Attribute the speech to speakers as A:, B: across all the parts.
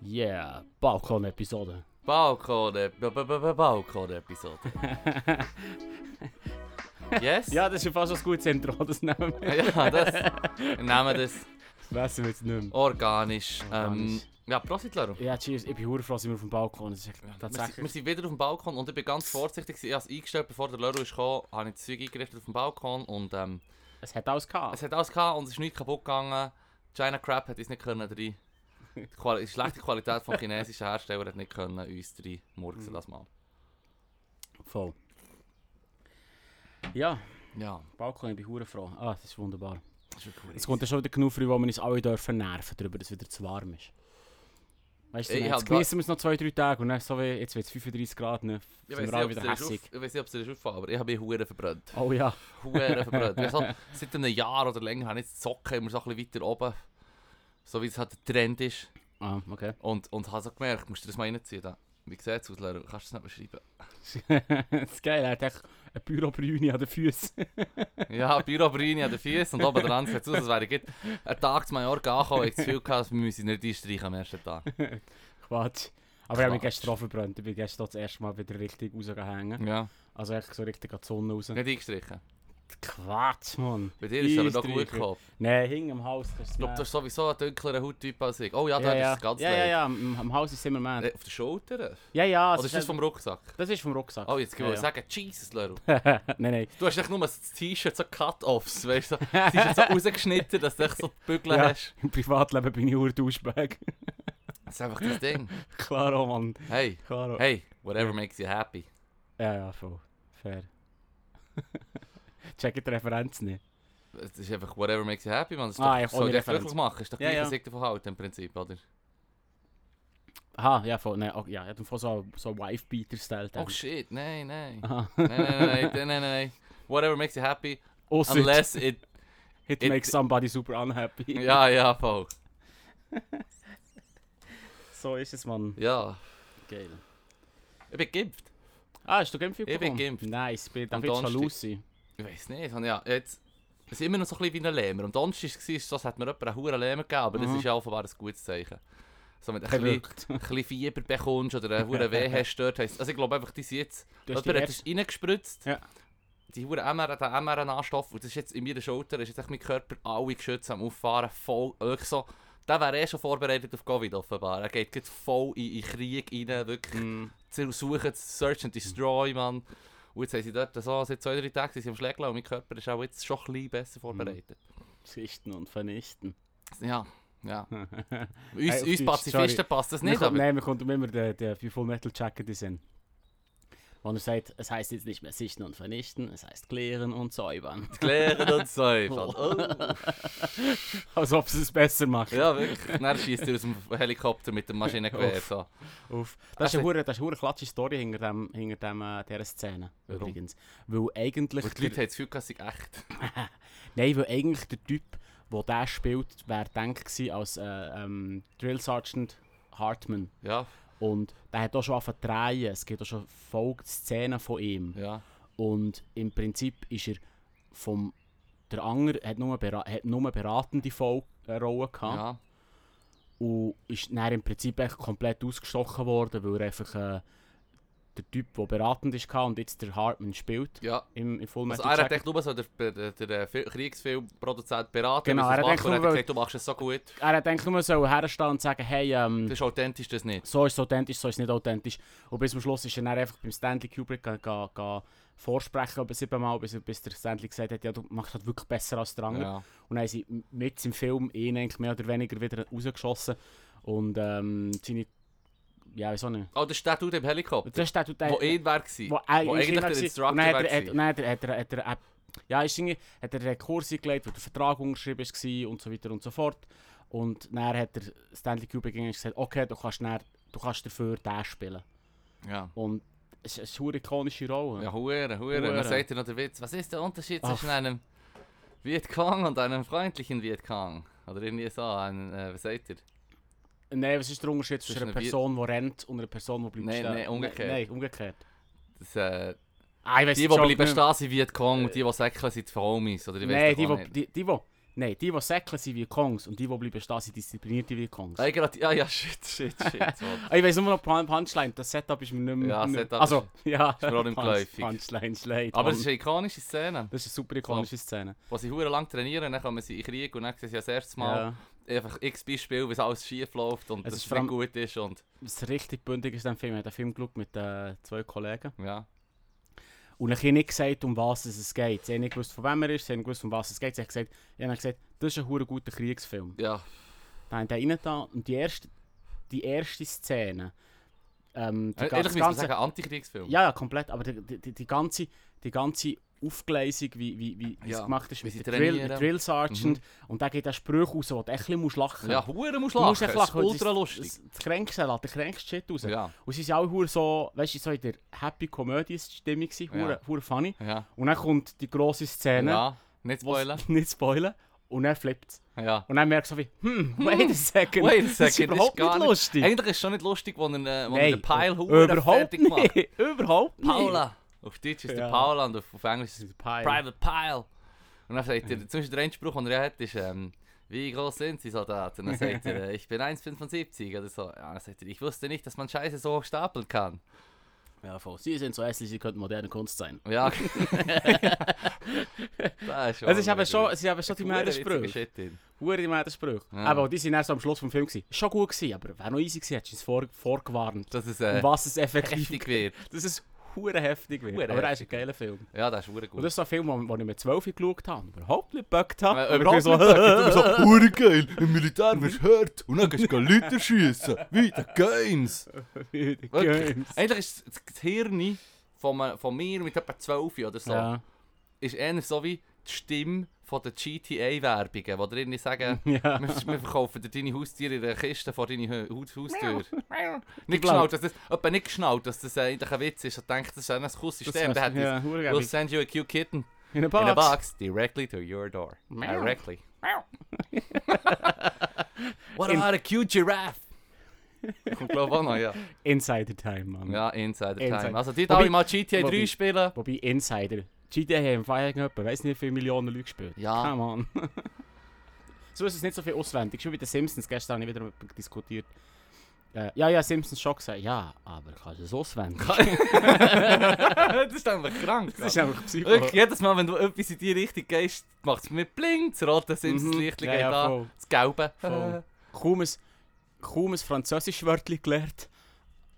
A: Yeah, balkon-episode.
B: Balkon, äh, Balkon-Episode. Yes?
A: Ja, das ist ja fast ein gutes Intro, das nehmen wir.
B: Ja, das. Wir nehmen das
A: Wissen wir jetzt nicht mehr.
B: organisch. Ähm,
A: Organisch.
B: ja, Prosit, Laro.
A: Ja, cheers. Ich bin hure froh, sind wir auf dem Balkon. Das ist echt
B: Wir sind, wir
A: tatsächlich...
B: sind wieder auf dem Balkon und ich bin ganz vorsichtig. gewesen. Ich habe es eingestellt, bevor der Laro ist gekommen, habe ich das Zeug eingerichtet auf dem Balkon und ähm,
A: Es hat alles
B: es
A: gehabt.
B: hat alles gehabt und es ist nichts kaputt gegangen. China Crab hat uns nicht können rein. Die, Quali die schlechte Qualität von chinesischen Herstellern hat nicht können uns rein
A: Mhm.
B: murksen das mal.
A: Voll. Ja,
B: Ja,
A: Balkon, ich bin hure froh. Ah, das ist wunderbar.
B: das ist wirklich
A: Es kommt ja schon wieder genug früh, wo wir uns alle dürfen nerven darüber, dass es wieder zu warm ist. Weißt du,
B: Ich
A: jetzt
B: hab-
A: genießen wir es noch zwei, drei Tage und dann so wie, jetzt wird es 35 Grad, ne?
B: Ich
A: sind
B: weiß
A: wir alle
B: nicht,
A: wieder
B: ob es dir
A: hässig.
B: ist auf- ich weiss nicht, ob es dir ist aufgefallen, aber ich habe mich Huren verbrannt.
A: Oh ja.
B: Huren verbrannt. Ich hab so, seit einem Jahr oder länger habe ich jetzt die Socken immer so ein bisschen weiter oben. So wie es halt der Trend ist.
A: Ah, okay.
B: Und, und habe so gemerkt, musst du das mal reinziehen. Da. Wie sieht es aus, Leru? Kannst du das nicht beschreiben?
A: das ist geil, er hat echt eine Bürobrüne an den Füßen.
B: Ja, Bürobrini an den Füßen und oben dran sieht es aus, als wäre ich gerade einen Tag zu Mallorca angekommen. Ich habe das Gefühl gehabt, wir müssen nicht einstreichen am ersten Tag.
A: Quatsch. Aber ich habe mich
B: Quatsch.
A: gestern auch verbrannt. Ich bin gestern das erste Mal wieder richtig rausgehangen.
B: Ja,
A: Also echt so richtig an die Sonne raus.
B: nicht eingestrichen.
A: Quatsch, Mann.
B: Bei dir ist es aber noch
A: Einstreichen.
B: gut gekommen.
A: Nein, hing am Haus. kannst
B: Ich glaube, du
A: nehmen.
B: hast sowieso einen dunkleren Hauttyp als ich. Oh ja, da
A: ja,
B: ist es ganz
A: ja, Also ja,
B: leicht.
A: ja, am, am Haus ist immer mehr.
B: Auf der Schulter?
A: Ja, ja. es
B: Oder ist oh, das
A: halt-
B: vom Rucksack?
A: das ist vom Rucksack.
B: Oh, jetzt
A: ja,
B: können wir
A: ja.
B: sagen, Jesus, Leru.
A: nein, nein.
B: Du hast echt nur das T-Shirt so Cut-Offs, weißt du? so- Das T-Shirt so rausgeschnitten, dass du echt so die Bügel
A: Ja.
B: hast.
A: Im Privatleben bin ich nur Duschbag.
B: Das ist einfach das Ding.
A: Klaro, Mann.
B: Hey,
A: Klaro.
B: hey, whatever makes you happy.
A: Ja, ja, voll. Fair. Check die Referenz nicht.
B: Es ist einfach whatever makes you happy, man. Das ist
A: Ah,
B: doch,
A: ja,
B: das soll
A: ohne
B: dich
A: Referenz.
B: glücklich machen. Ist doch
A: Ja,
B: gleich,
A: ja.
B: was ich davon halte im Prinzip, oder?
A: Aha, ja, voll. Nein, okay, ja, ich hab voll so, so Wife-Beater-Style.
B: Oh shit, nein, nein. nein,
A: Aha.
B: nein, nein, nein, nein, nein. Whatever makes you happy,
A: Ausser,
B: unless it...
A: it,
B: it-
A: Oh, makes somebody super unhappy.
B: Ja, ja, voll.
A: So ist es, Mann.
B: Ja.
A: Geil.
B: Ich bin geimpft.
A: Ah, hast du Genf
B: bin
A: bekommen?
B: geimpft.
A: Nice, bin,
B: Am
A: darf ich jetzt
B: Donnerstag.
A: Lucy.
B: Ich weiß nicht, und ja, jetzt... Es ist immer noch so ein bisschen wie ein Lähmer. Am Donnerstag war es so, als hätte mir jemand einen Huren Lähmer gegeben, aber das
A: Mhm.
B: ist ja offenbar ein gutes Zeichen. So mit ein bisschen... ein bisschen Fieber bekommst oder eine hure Weh hast, stört heisst. Also ich glaube einfach, die sind jetzt...
A: Du hast die
B: jemand hat
A: erste...
B: das reingespritzt.
A: Ja.
B: Die hure MR, der mRNA-Stoff, und das ist jetzt in meiner Schulter, ist jetzt echt mein Körper alle geschützt am Auffahren, voll, wirklich so... Der wäre eh schon vorbereitet auf Covid offenbar. Er geht gleich voll in, in Krieg rein, wirklich
A: Mm.
B: zu suchen, zu Search and Destroy, Mann. Und jetzt haben sie dort so, seit zwei, drei Tagen sind sie am Schlägeln und mein Körper ist auch jetzt schon ein bisschen besser vorbereitet.
A: Züchten und vernichten.
B: Ja, ja.
A: Nicht,
B: Uns,
A: auf
B: uns
A: Deutsch,
B: Pazifisten
A: sorry.
B: passt das nicht, aber...
A: Nein, wir kommt immer der, der Full Metal Jacket sind. Wenn er sagt, es heißt jetzt nicht mehr sichten und vernichten, es heißt klären und säubern.
B: Klären und säubern. Oh.
A: Als ob es es besser macht.
B: Ja, wirklich. Dann schießt er aus dem Helikopter mit dem Maschinengewehr. So.
A: Uff. Das
B: Also-
A: ist eine hure klatsche Story hinter, dem, hinter dem, äh, dieser Szene.
B: Warum?
A: Übrigens. Weil eigentlich.
B: Und die Leute haben das Gefühl, gehabt, es sei echt.
A: Nein, weil eigentlich der Typ, der den spielt, wäre denkt gewesen als äh, ähm, Drill Sergeant Hartman.
B: Ja,
A: Und der hat auch schon angefangen zu drehen. Es gibt auch schon Folge Szenen von ihm.
B: ja.
A: Und im Prinzip ist er vom. Der Anger hat nur, bera hat nur beratende Folge, äh, Rolle gehabt.
B: ja.
A: Und ist dann im Prinzip echt komplett ausgestochen worden, weil er einfach äh, der Typ, der beratend ist, hatte und jetzt der Hartman spielt
B: ja.
A: im, im Full
B: Also
A: Metal
B: er hat
A: Jacket.
B: echt nur so der, der, der Fil- Kriegsfilmproduzent beraten,
A: Genau,
B: wie sie
A: er
B: es
A: hat
B: machen. Und er
A: echt
B: hat
A: nur-
B: gesagt, du machst es so gut.
A: Er hat eigentlich nur so herstehen und sagen, hey, ähm,
B: Das ist authentisch, das nicht.
A: so ist es authentisch, so ist es nicht authentisch. Und bis zum Schluss ist er dann einfach beim Stanley Kubrick ga, ga, ga vorsprechen, über siebenmal, bis, bis der Stanley gesagt hat, ja, du machst das wirklich besser als der andere.
B: Ja.
A: Und dann haben sie mit im Film ihn eigentlich mehr oder weniger wieder rausgeschossen. Und ähm, seine... Ja, wieso nicht?
B: Oh, das ist der Dude im Helikopter,
A: Das ist der, der,
B: wo eh ihn war. Wo,
A: wo
B: wo
A: eigentlich
B: eigentlich
A: immer
B: der
A: gewesen-
B: Instructor
A: und dann hat
B: war.
A: er- hat- Nein, hat er- hat er- hat er- hat- ja, ist irgendwie, hat er einen Kurs eingelegt, wo der Vertrag unterschrieben war und so weiter und so fort. Und dann hat der Stanley Kubrick irgendwie gesagt, okay, du kannst, dann, du kannst dafür den spielen.
B: ja.
A: Und es es ist eine verdammt ikonische Rolle.
B: Ja, hure, hure. Und
A: Hure.
B: dann sagt er noch der Witz. Was ist der Unterschied
A: Ach.
B: zwischen einem Vietcong und einem freundlichen Vietcong? Oder irgendwie so, ein, äh, was sagt er?
A: Nein, was ist der Unterschied zwischen
B: Zwischen
A: einer
B: einer Bier-
A: Person, die rennt und einer Person, die bleibt
B: Nein,
A: stehen?
B: nein, umgekehrt.
A: Nein, umgekehrt.
B: Das, äh,
A: Ah, ich weiss
B: Die, die
A: den Joke
B: bleiben
A: nicht mehr.
B: stehen, sind Vietcong und die, die säckeln, sind die Homies. Oder ich weiss
A: Nein,
B: doch
A: die,
B: auch
A: die,
B: nicht.
A: die, die, die Nein, die, die säckeln, sind wie Kongs und die, die bleiben stehen, sind disziplinierte wie Kongs.
B: Eigentlich, ja, ja, shit, shit, shit. Mann.
A: Ah, Ich weiss nur noch Pun- Punchline, das Setup ist mir nicht mehr...
B: Ja,
A: nicht-
B: Setup
A: also, ja,
B: ist mir auch nicht
A: Punch-
B: geläufig.
A: Punchline schlägt.
B: Aber
A: Mann.
B: es ist eine ikonische Szene,
A: das ist eine super ikonische Szene.
B: wo sie hure lang trainieren, dann kommen sie in den Krieg und dann sehen sie ja das erste Mal
A: Ja.
B: einfach x Beispiel, wie es alles schief läuft und
A: Es
B: dass
A: ist
B: es
A: vor
B: nicht
A: allem-
B: gut ist und
A: Was richtig bündig ist, an dem Film, ich habe den Film geschaut mit äh, zwei Kollegen.
B: ja.
A: Und ich habe nicht gesagt, um was es geht. Sie haben nicht gewusst, von wem er ist, sie haben nicht gewusst, um was es geht. Sie haben gesagt, ich habe gesagt das ist ein hure guter Kriegsfilm.
B: Ja,
A: Dann haben die da und die erste, die erste Szene. Ähm, die
B: Äh,
A: ga-
B: ehrlich
A: das
B: müssen wir sagen, Antikriegsfilm.
A: ja, ja, komplett, aber die, die, die- die ganze, die ganze Aufgleisung, wie, wie, wie, wie
B: Ja,
A: es gemacht ist,
B: wie
A: mit
B: sie
A: der Drill,
B: trainieren. Mhm.
A: mit Drill Sergeant. Und da geht der Spruch raus, wo du echt ein bisschen lachen
B: Ja, hure muss
A: Du musst echt
B: lachen. es ist
A: lachen, weil es
B: ultra
A: ist-
B: lustig.
A: es- Das kränkste lässt, der kränkste Shit raus.
B: Ja,
A: Und sie sind alle hure so, weißt du, so in der Happy Comedy-Stimmung, hure, hure funny.
B: ja.
A: Und dann kommt die grosse Szene,
B: Ja, nicht
A: wo
B: spoilern.
A: es- nicht spoilen, und dann flippt es.
B: Ja.
A: Und dann merkst du so wie, hm, wait a second,
B: Wait a
A: das ist
B: second,
A: überhaupt
B: das ist
A: nicht
B: gar
A: lustig.
B: Eigentlich ist es schon nicht lustig, wo er, äh, wo er
A: Nein,
B: den Pile hure
A: überhaupt
B: fertig macht.
A: nicht, überhaupt nicht.
B: Paula. Auf Deutsch ist der
A: Ja.
B: Paula und auf, auf Englisch ist es
A: Pile.
B: Private Pile. Und dann sagt er, zum Beispiel der Einspruch, den er hat, ist, ähm, wie groß sind Sie Soldaten? Und dann sagt er, äh, ich bin 1,75 oder so. Ja, dann sagt er, ich wusste nicht, dass man Scheiße so hoch stapeln kann.
A: Ja, voll. Sie sind so hässlich, sie könnten moderne Kunst sein.
B: Ja. das ist
A: Es ist eben Also schon, es ist eben schon die
B: Sprüche.
A: Mädelsprüche. Hure die Mädelsprüche. Aber die sind erst am Schluss vom Film gewesen. Schon gut gewesen, aber wäre noch easy gewesen, hättest du uns vor, vorgewarnt,
B: Das ist
A: um
B: äh,
A: was es effektiv
B: heftig wird.
A: Das ist hure heftig wird.
B: Hure
A: aber er ist ein geiler Film.
B: Ja, das ist hure
A: Und
B: gut.
A: das ist so ein Film, den ich mit 12 geschaut habe und überhaupt nicht gebackt habe.
B: Äh,
A: Aber ich
B: überhaupt
A: bin so,
B: nicht
A: so,
B: Hure geil, im Militär wirst du hart und dann kannst du Leute schiessen. Wie der Games.
A: die
B: Wirklich.
A: Games.
B: Eigentlich ist das- das Hirn von, me- von mir mit etwa 12 oder so,
A: Ja.
B: ist eher so wie die Stimme von der GTA-Werbungen, wo drin sagen,
A: Ja.
B: wir, wir verkaufen dir deine Haustiere in einer Kiste vor deine Hau- Haus- Haustür. nicht
A: Blau.
B: geschnallt, dass das, jemand nicht geschnallt, dass das eigentlich ein Witz ist und denkt, das ist ein cooles System. Der hat das-
A: ja, hure
B: We'll
A: geil.
B: send you a cute kitten
A: In a
B: in a
A: box.
B: box directly to your door.
A: Meow.
B: Directly. What about a cute giraffe? Kommt glaube ich auch noch, ja.
A: Insider Time, Mann.
B: Ja, Inside the
A: Inside.
B: Time. Also die
A: Wobei-
B: alle mal GTA 3
A: wobei-
B: spielen.
A: Wobei Insider. GTA haben vorher jemand, weiss nicht, wie viele Millionen Leute gespielt.
B: Ja.
A: Come on. so ist es nicht so viel auswendig. Schon bei den Simpsons, gestern habe ich wieder darüber diskutiert. Äh, ja, ja, Simpsons schon gesagt. Ja, aber kannst du es auswendig?
B: das ist einfach krank.
A: Das ist
B: ja.
A: einfach Psycho.
B: Wirklich, jedes Mal, wenn du etwas in die Richtung gehst, macht es mir bling, das rote Simpsons-Licht
A: Mhm. Ja,
B: geht
A: ja,
B: an,
A: voll.
B: das gelbe.
A: Voll. Kaum ein, kaum ein französisches Wörtchen gelernt,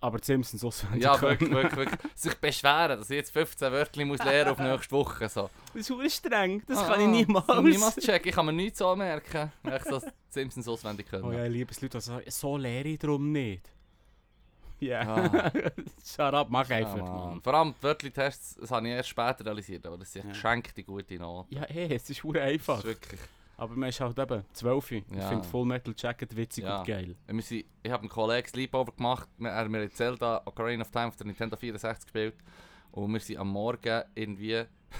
A: aber die Simpsons auswendig.
B: Ja,
A: können.
B: wirklich, wirklich, wirklich. Sich beschweren, dass ich jetzt 15 Wörter muss lernen auf nächste Woche. So.
A: Das ist verdammt streng. Das
B: Ah,
A: kann ich niemals.
B: Das kann ich niemals checken, ich kann mir nichts anmerken, wenn ich das Simpsons auswendig können.
A: Oh ja, liebes Leute, also, so lehre ich darum nicht.
B: Ah.
A: Ja. Shut up, mach
B: Ja,
A: einfach, Mann.
B: Ah, Mann. Vor allem die Wörtli-Tests, das habe ich erst später realisiert, aber das sind
A: Ja.
B: geschenkte gute Noten.
A: Ja, hey, es ist hure
B: Das
A: einfach.
B: ist wirklich...
A: Aber man ist halt eben 12. Ich
B: Ja.
A: finde Full Metal Jacket witzig
B: Ja.
A: und geil.
B: Und Wir sind, ich habe einen Kollegen Sleepover gemacht, wir haben mir Zelda Ocarina of Time auf der Nintendo 64 gespielt und wir sind am Morgen irgendwie,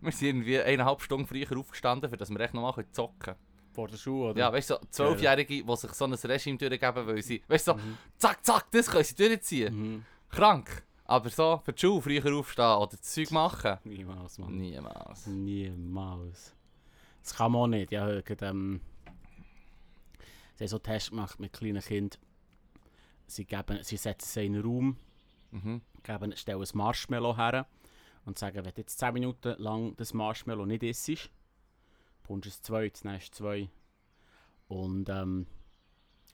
B: wir sind irgendwie eineinhalb Stunden früher aufgestanden, für dass wir echt nochmal können zocken können.
A: Vor der Schuhe, oder?
B: Ja, weißt du, so Zwölfjährige, die sich so ein Regime durchgeben, weil sie, weißt du, so, zack, zack, das können sie durchziehen.
A: Mhm.
B: Krank. Aber so, für die Schule früher aufstehen oder das Zeug machen,
A: Niemals, Mann.
B: niemals.
A: Mhm. Niemals. Das kann man auch nicht. Ja, heute, ähm, sie haben so einen Test gemacht mit kleinen Kindern. Sie, geben, sie setzen sie in einen Raum,
B: Mhm.
A: geben, stellen ein Marshmallow her und sagen, wenn du jetzt 10 Minuten lang das Marshmallow nicht isst, bekommst du ein zweites, dann hast du zwei. Und ähm,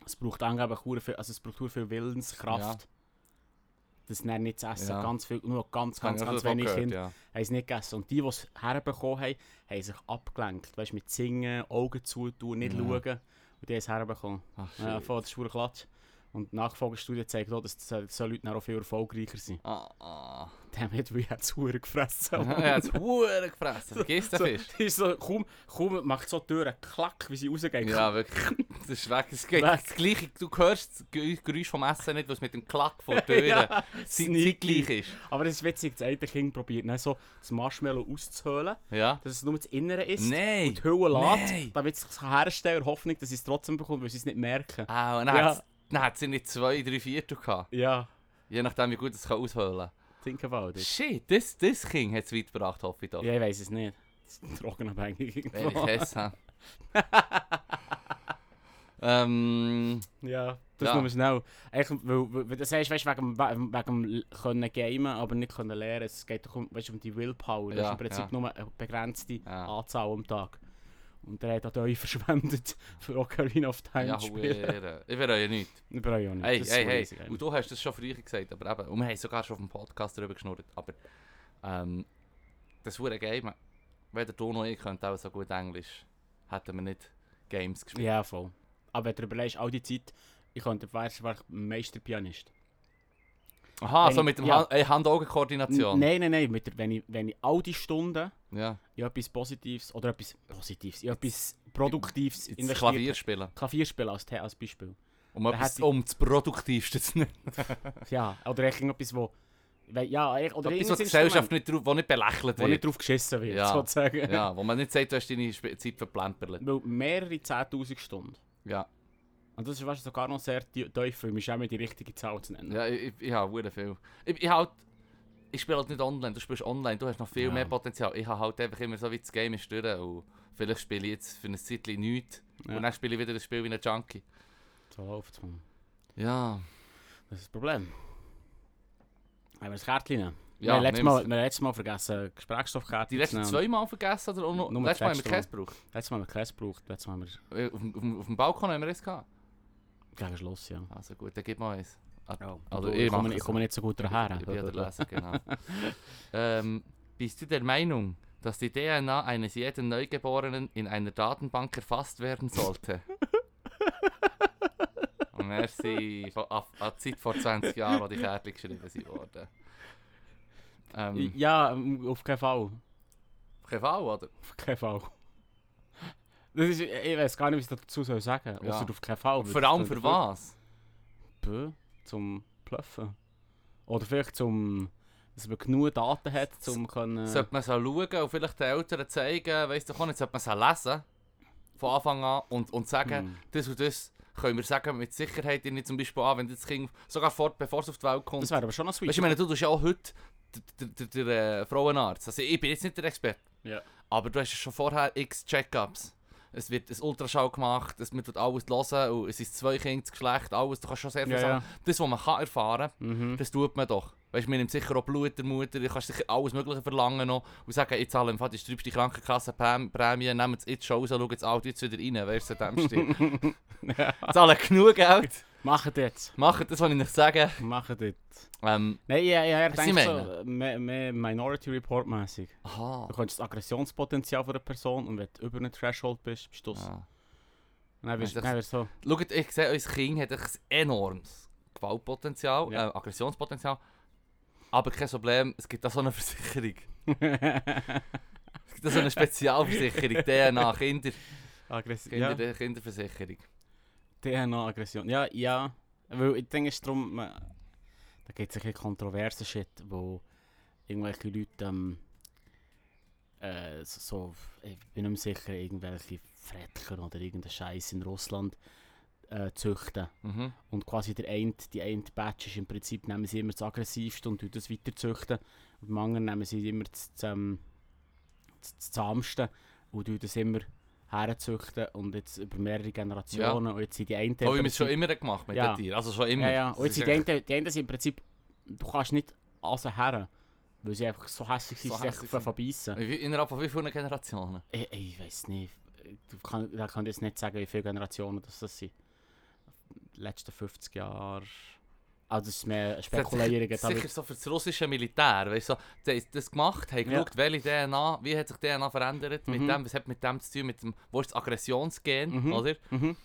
A: es braucht angeblich hure viel, also es braucht hure viel Willenskraft, das dann nicht zu essen.
B: Ja.
A: Ganz viel, nur noch ganz,
B: Habe ich
A: ganz,
B: auch
A: ganz
B: davon
A: wenig
B: gehört,
A: Kinder
B: ja.
A: haben es nicht gegessen. Und die, die es herbekommen haben, haben sich abgelenkt. Weißt du, mit Singen, Augen zutun, nicht
B: Ja.
A: schauen. Und die haben es herbekommen.
B: Ach,
A: Ja,
B: shit.
A: voll der schwere Klatsch. Und die Nachfolgestudie zeigt auch, dass so so Leute dann auch viel erfolgreicher sind.
B: Ah, ah.
A: Dem hat wie hat's Huren gefressen.
B: Ja, jetzt Huren gefressen, vergiss den
A: so,
B: Fisch.
A: ist so, kaum, kaum macht so die Tür einen Klack, wie sie rausgehen.
B: Ja, wirklich. Das ist weg. Es geht
A: Weg.
B: das gleiche. Du hörst das Ge- Geräusch vom Essen nicht, was mit dem Klack vor der Tür
A: Ja, sneaky.
B: zeitgleich ist.
A: Aber das ist witzig, das eine Kind probiert dann so das Marshmallow auszuhöhlen,
B: Ja?
A: dass es nur das Innere ist.
B: Nein!
A: Die Hülle
B: Nein.
A: lässt, damit es sich herstellen, Hoffnung, dass sie es trotzdem bekommt, weil sie es nicht merken.
B: Ah, und dann
A: Ja.
B: hat's- dann hat sie nicht zwei, drei Viertel gehabt.
A: Ja,
B: Je nachdem, wie gut es kann aushöhlen
A: think about it.
B: Shit, das, das Kind hat es weit gebracht, hoffe ich doch.
A: Ja, ich weiß es nicht. Das ist ein Drogenabhängig.
B: Welches Hessen. Ähm,
A: Ja, das
B: Ja.
A: nur schnell. Eigentlich, weil, weil- weil das heißt, weißt, wegen, wegen, wegen dem L- können gamen, aber nicht können lernen. Es geht doch um, weißt, um die Willpower. das
B: Ja,
A: ist im Prinzip
B: ja.
A: nur eine begrenzte
B: Ja.
A: Anzahl am Tag. Und der hat auch euch verschwendet für Ocarina of Time
B: ja, eh,
A: zu spielen.
B: Hure. Ich bereue nichts.
A: Ich brauche ja nicht.
B: Hey,
A: das ist
B: hey,
A: so
B: hey.
A: riesig
B: Und
A: eigentlich.
B: du hast das schon früher gesagt, aber eben, und wir haben sogar schon auf dem Podcast darüber geschnurrt. Aber ähm, das hure Game, weder du noch ich könnt auch so gut Englisch, hätten wir nicht Games gespielt.
A: Ja, voll. Aber wenn du überlegst, all die Zeit, ich könnte wärst wär Meisterpianist.
B: Aha,
A: Wenn
B: so
A: ich-
B: mit dem
A: ja.
B: Han- äh, Hand-Augen-Koordination.
A: Nein, nein, nein. Mit der, wenn, ich, wenn ich all die Stunden
B: Ja,
A: in etwas Positives oder etwas Positives, in etwas Produktives
B: ins
A: investiert
B: Klavier spielen.
A: Klavier spielen als, The- als Beispiel.
B: Um,
A: Da
B: etwas,
A: hätte ich-
B: um das Produktivste zu nehmen.
A: Ja, oder echt irgendetwas, wo... we- Ja, echt- oder
B: Etwas, was
A: irgendein
B: die Gesellschaft
A: Instrument,
B: nicht, drauf- wo nicht belächelt
A: wo nicht
B: wird.
A: drauf geschissen wird,
B: Ja.
A: sozusagen.
B: Ja, wo man nicht sagt, du hast deine Sp- Zeit verplempert.
A: Weil mehrere 10'000 Stunden.
B: Ja,
A: Und das ist weißt, du, sogar noch sehr tie- tief, für mich auch mal die richtige Zahl zu nennen.
B: ja ich, ich, ich habe hure viel. Ich, ich, halt, ich spiele halt nicht online, du spielst online, du hast noch viel
A: Ja.
B: mehr Potenzial. Ich habe halt einfach immer so, wie das Game ist durch und vielleicht spiele ich jetzt für ein Zeitchen nichts
A: Ja.
B: und dann spiele ich wieder das Spiel wie ein Junkie.
A: So läuft es. Das
B: Ja,
A: ist das Problem. Haben wir das Kärtchen nehmen? wir,
B: ja
A: haben letztes
B: nimm's. Genau.
A: mal, wir haben letztes Mal vergessen, Gesprächsstoffkärtchen
B: Die
A: zu
B: letzten
A: nehmen.
B: zwei Mal vergessen oder auch noch,
A: Nur
B: letztes Mal haben
A: das letzte
B: wir keins gebraucht.
A: Letztes Mal haben wir Käse gebraucht, letztes Mal haben wir
B: Äh, Auf, dem- auf, dem- auf dem Balkon haben wir es gehabt.
A: gegen Schluss, ja.
B: Also gut, dann gib mal eins.
A: Also,
B: Also,
A: ich,
B: ich mach
A: komme,
B: das
A: ich komme nicht so gut daher. Also,
B: Ich bin ja der Leser, genau. ähm, bist du der Meinung, dass die DNA eines jeden Neugeborenen in einer Datenbank erfasst werden sollte? Oh, Merci. Von- An an die Zeit vor 20 Jahren, wo die Kärtchen geschrieben sind worden. Ähm,
A: Ja, ähm, auf keinen Fall.
B: KV, oder?
A: Auf keinen Fall. Das ist, ich weiß gar nicht, was ich dazu soll sagen soll.
B: Ja.
A: Ausser auf keinen Fall. weil
B: Vor
A: das
B: allem
A: klingt
B: für was?
A: wirklich bö, Zum Bluffen. Oder vielleicht zum... Dass man genug Daten hat, um können...
B: Sollte man so schauen und vielleicht den Eltern zeigen, weißt du auch nicht, sollte man so lesen? Von Anfang an und, und sagen,
A: Hm.
B: das und das können wir sagen mit Sicherheit nicht zum Beispiel an, wenn das Kind sogar fort, bevor es auf die Welt kommt.
A: Das wäre aber schon noch sweet.
B: Weißt du, ich meine, du tust ja auch heute der, der, der, der äh, Frauenarzt. Also ich bin jetzt nicht der Experte.
A: Ja.
B: Aber du hast ja schon vorher x Check-ups. Es wird ein Ultraschall gemacht, es, man tut alles hören, und es ist zwei Kinder, das Geschlecht, alles. Du kannst schon sehr viel
A: Ja, ja.
B: sagen. Das, was man kann erfahren
A: Mhm.
B: das tut man doch. Weißt du, man nimmt sicher auch Blut der Mutter, du kannst sicher alles Mögliche verlangen noch und sagen, ich zahle im Fall die sträubste Krankenkassenprämie, nehmen es jetzt schon raus, schau jetzt alt jetzt wieder rein, weißt du, so in dem Stil. Zahlen genug Geld,
A: Macht jetzt.
B: macht das, was ich euch sage.
A: Macht jetzt.
B: Ähm,
A: Nein, ich, ich, ich
B: Was ich
A: denke so... Mehr, mehr Minority Report mäßig.
B: aha.
A: Du kannst das Aggressionspotenzial von der Person und wenn du über einen Threshold bist, bist du...
B: Ja.
A: Nein, wirst
B: das-
A: nein, wirst so...
B: Schaut, ich sehe, unser Kind hat echt ein enormes Gewaltpotenzial,
A: Ja.
B: äh, Aggressionspotenzial, aber kein Problem, es gibt da so eine Versicherung. Es gibt da so eine Spezialversicherung, DNA, Kinder,
A: Aggression.
B: Kinder
A: Ja.
B: Kinderversicherung.
A: DNA-Aggression. Ja, ja. Weil ich denke, es ist darum, man, da gibt es ein bisschen kontroversen Shit, wo irgendwelche Leute ähm, äh, so, so- ich bin nicht mehr sicher, irgendwelche Frettchen oder irgendeinen Scheiß in Russland äh, züchten.
B: Mhm.
A: Und quasi der eine, die eine Batch ist im Prinzip, nehmen sie immer das aggressivste und tun das weiter züchten. Und beim anderen nehmen sie immer das, das, ähm, das, das zahmste und tun das immer herzüchten. Und jetzt über mehrere Generationen. Und jetzt sind die einen...
B: Aber wir haben
A: Prinzip-
B: es schon immer gemacht mit
A: Ja.
B: den Tieren. Also schon immer.
A: ja, ja.
B: Das
A: Und jetzt
B: ist
A: sind die einen, die einen sind im Prinzip... Du kannst nicht alles her, weil sie einfach so hässlich sind,
B: So
A: dass sie
B: hässlich
A: einfach verbeissen.
B: Wie- Innerhalb von wie vielen Generationen?
A: Ich, ich weiß nicht. Ich kann, ich kann jetzt nicht sagen, wie viele Generationen das, das sind. Die letzten 50 Jahre. Also, das ist mehr eine
B: Das hat
A: Spekulierung.
B: sicher-
A: aber-
B: Sicher so für das russische Militär, weißt du, so, die haben das gemacht, haben
A: Ja.
B: geschaut, welche DNA, wie hat sich die DNA verändert,
A: Mhm.
B: mit dem, was hat mit dem zu tun, mit dem, wo ist das Aggressionsgen,
A: Mhm.
B: oder?
A: Mhm.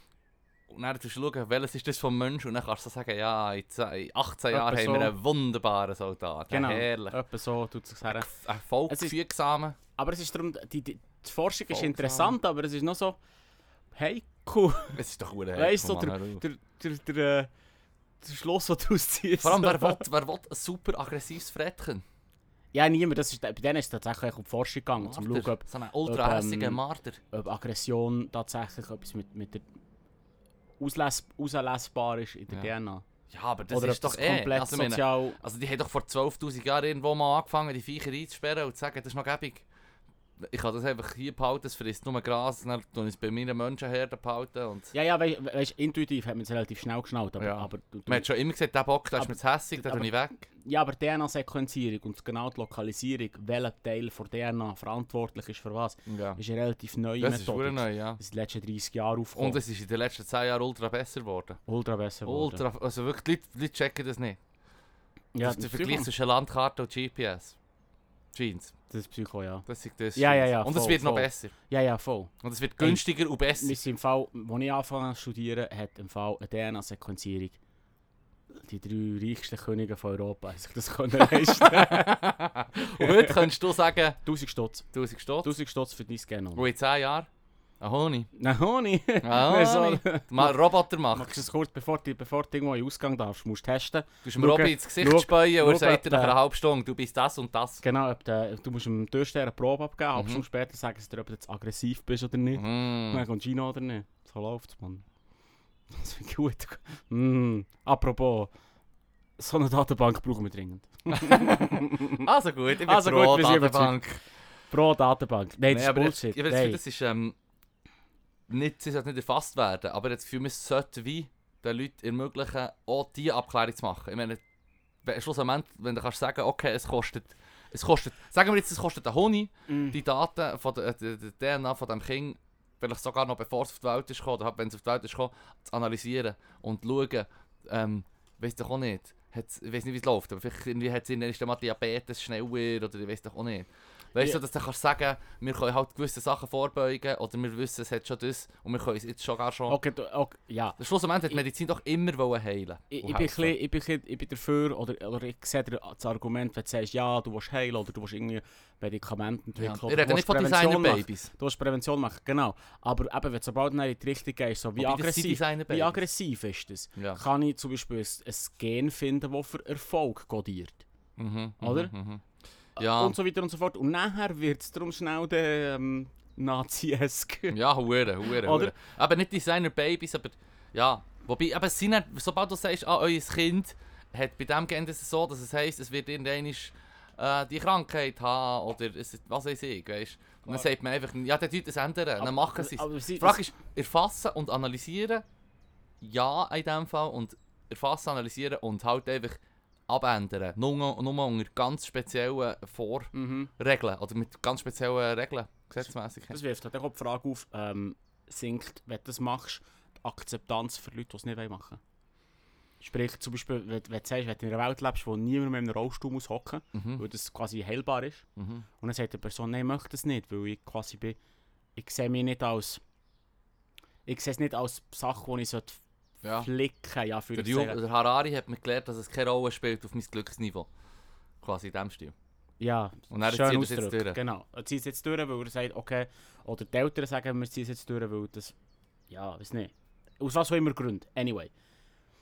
B: Und dann tust du schauen, welches ist das vom Mensch und dann kannst du sagen, ja, in ze- in 18 Jahren
A: Etwa
B: haben wir
A: so.
B: einen wunderbaren Soldaten,
A: Genau. Äh,
B: herrlich,
A: Etwa so tut es her.
B: einen
A: Es ist-
B: volksfügsamen.
A: Aber es ist darum, die, die, die Forschung ist
B: Voll
A: interessant, aber es ist noch so. Hey, cool.
B: Es ist doch gut,
A: Weißt du, Der, der, der, äh, der Schluss, den du ausziehst.
B: Vor allem, wer will, wer will ein super aggressives Frettchen?
A: Ja, niemand. Das ist, bei denen ist es tatsächlich um die Forschung gegangen, um zu
B: Marder.
A: schauen, ob,
B: so einen ultrahässigen
A: ähm,
B: Marder.
A: ob Aggression tatsächlich etwas mit, mit der Ausles auslesbar ist in der
B: Ja.
A: DNA.
B: Ja, aber das
A: Oder ob
B: ist doch
A: das
B: eh.
A: komplett
B: also, ich meine,
A: sozial.
B: Also die haben doch vor 12'000 Jahren irgendwo mal angefangen, die Viecher einzusperren und zu sagen, das ist noch gäbig. ich kann das einfach hier behalten, es frisst nur Gras, dann tue ich es bei meinen Menschenherden behalten. Und
A: Ja, ja, weißt du, intuitiv hat man es relativ schnell geschnallt. Aber,
B: Ja.
A: aber, du, du,
B: man hat schon immer gesagt, der Bock, der ist mir zu hässig, den
A: aber-
B: tue ich weg.
A: ja, aber DNA-Sequenzierung und genau die Lokalisierung, welcher Teil von DNA verantwortlich ist für was,
B: Ja.
A: ist eine relativ neue
B: Das ist
A: Methode.
B: verdammt neu, ja.
A: Das ist in den letzten 30 Jahren aufgekommen.
B: Und es ist in den letzten 10 Jahren ultra besser geworden.
A: ultra besser geworden.
B: Ultra, also wirklich, die Leute, die Leute checken das nicht.
A: Ja,
B: das ist der Vergleich zwischen Landkarte und GPS. Jeans.
A: Das ist Psycho, ja.
B: Das ist das.
A: Ja, ja, ja,
B: Und es
A: voll,
B: wird noch
A: voll.
B: besser.
A: Ja, ja, voll.
B: Und es wird günstiger und besser.
A: Wir sind im Fall, als ich angefangen habe zu studieren, hat im Fall eine DNA-Sequenzierung die drei reichsten Könige von Europa haben sich das können leisten.
B: Und heute könntest du sagen,
A: 1000 Stutz.
B: 1000 Stutz.
A: 1000 Stutz für dein Genom.
B: Und in 10 Jahren, ein Honig.
A: Nein, Honi!
B: Ah,
A: so,
B: Mal Roboter macht.
A: machst du es kurz, bevor du, bevor du irgendwo in den Ausgang darfst, musst du testen.
B: Du hast dem
A: Schau,
B: Robby ins Gesicht
A: schau,
B: speien und er
A: schau,
B: sagt dir nach
A: äh,
B: einer halben Stunde, du bist das und das.
A: Genau, ob der, du musst dem Türsteher eine Probe abgeben, halb
B: Mhm.
A: Stunde später sagen sie dir, ob du jetzt aggressiv bist oder nicht.
B: Mm.
A: Dann kommt Gino oder nicht. So läuft's, Mann. Das wird gut. Mm. Apropos, so eine Datenbank brauchen wir dringend.
B: Also gut, ich bin
A: Also
B: pro
A: gut, wir sind
B: Datenbank.
A: Pro Datenbank. Nein, das
B: Nein,
A: ist
B: aber jetzt,
A: Bullshit.
B: ich habe das Gefühl,
A: Nein.
B: das ist, ähm, nicht, sie sollte nicht erfasst werden, aber ich habe das Gefühl, man sollte wie den Leuten ermöglichen, auch diese Abklärung zu machen. Ich meine, wenn- schlussendlich, wenn du kannst sagen, okay, es kostet, es kostet, sagen wir jetzt, es kostet einen Honig,
A: Mm.
B: die Daten von der, der, der DNA von dem Kind, vielleicht sogar noch bevor es auf die Welt ist gekommen, oder halt, wenn es auf die Welt ist gekommen, zu analysieren und schauen, ähm, weiß doch auch nicht, hat's, ich weiß nicht wie es läuft, aber vielleicht irgendwie hat es irgendwann ist dann mal Diabetes schneller oder ich weiß doch auch nicht. Weißt
A: Ja.
B: du, dass du kannst sagen, wir können halt gewisse Sachen vorbeugen oder wir wissen, es hat schon das und wir können es jetzt schon gar schon.
A: Okay, du, okay, ja.
B: Schlussendlich hat die Medizin doch immer wollen heilen.
A: Ich,
B: und
A: ich, bin ein bisschen, ich,
B: helfen.
A: bin ein bisschen, ich bin dafür, oder, oder ich sehe dir das Argument, wenn du sagst, ja, du willst heilen oder du willst irgendwie Medikamente
B: Ja.
A: entwickeln.
B: Ich
A: oder du
B: rede nicht
A: willst
B: von
A: Prävention machen.
B: Designer-Babys.
A: Du willst Prävention machen, genau. Aber eben, wenn du sobald du dann in die Richtung gehst, so wie
B: Wobei, das sind
A: aggressiv, wie
B: Designer-Babys.
A: aggressiv ist das?
B: Ja.
A: Kann ich zum Beispiel ein, ein Gen finden, das für Erfolg codiert?
B: Mhm,
A: Oder?
B: Mhm, mhm. Ja.
A: Und so weiter und so fort. Und nachher wird es darum schnell der ähm, Nazi-esk.
B: Ja, hure, hure,
A: Oder?
B: hure. Aber nicht Designer Babys, aber ja. Wobei, aber es sind nicht, sobald du sagst, ah, euer Kind hat bei dem Kind ist es so, dass es heisst, es wird irgendwann äh, die Krankheit haben oder es, ist- was weiß ich, weißt Und dann sagt man einfach, ja, der tut es ändern, dann machen sie es.
A: Aber sie
B: Die Frage ist, erfassen und analysieren, ja, in dem Fall, und erfassen, analysieren und halt einfach abändern. Nur, nur unter ganz speziellen
A: Mhm.
B: Vorregeln oder mit ganz speziellen Regeln, gesetzmäßig.
A: Das wirft halt auch die Frage auf, ähm, sinkt, wenn du das machst, die Akzeptanz für Leute, die es nicht machen wollen. Sprich, zum Beispiel, wenn, wenn du sagst, wenn du in einer Welt lebst, wo niemand mehr in einem Rollstuhl muss hocken,
B: Mhm.
A: weil das quasi heilbar ist,
B: Mhm.
A: und dann sagt die Person, nein, ich möchte das nicht, weil ich quasi bin, ich sehe mich nicht als, ich sehe es nicht als Sache, die ich sollte
B: Ja.
A: flicken, ja, für
B: Ah. Der, Ju- der Harari hat mir gelernt, dass es keine Rolle spielt auf mein Glücksniveau. Quasi in dem Stil.
A: Ja,
B: Und dann
A: schön
B: zieht er es jetzt
A: ausgedrückt.
B: durch.
A: Genau. Er zieht es jetzt durch, weil er sagt, okay, oder die Eltern sagen, wir ziehen es jetzt durch, weil das, ja, weiß nicht. Aus was auch immer Gründen. Anyway,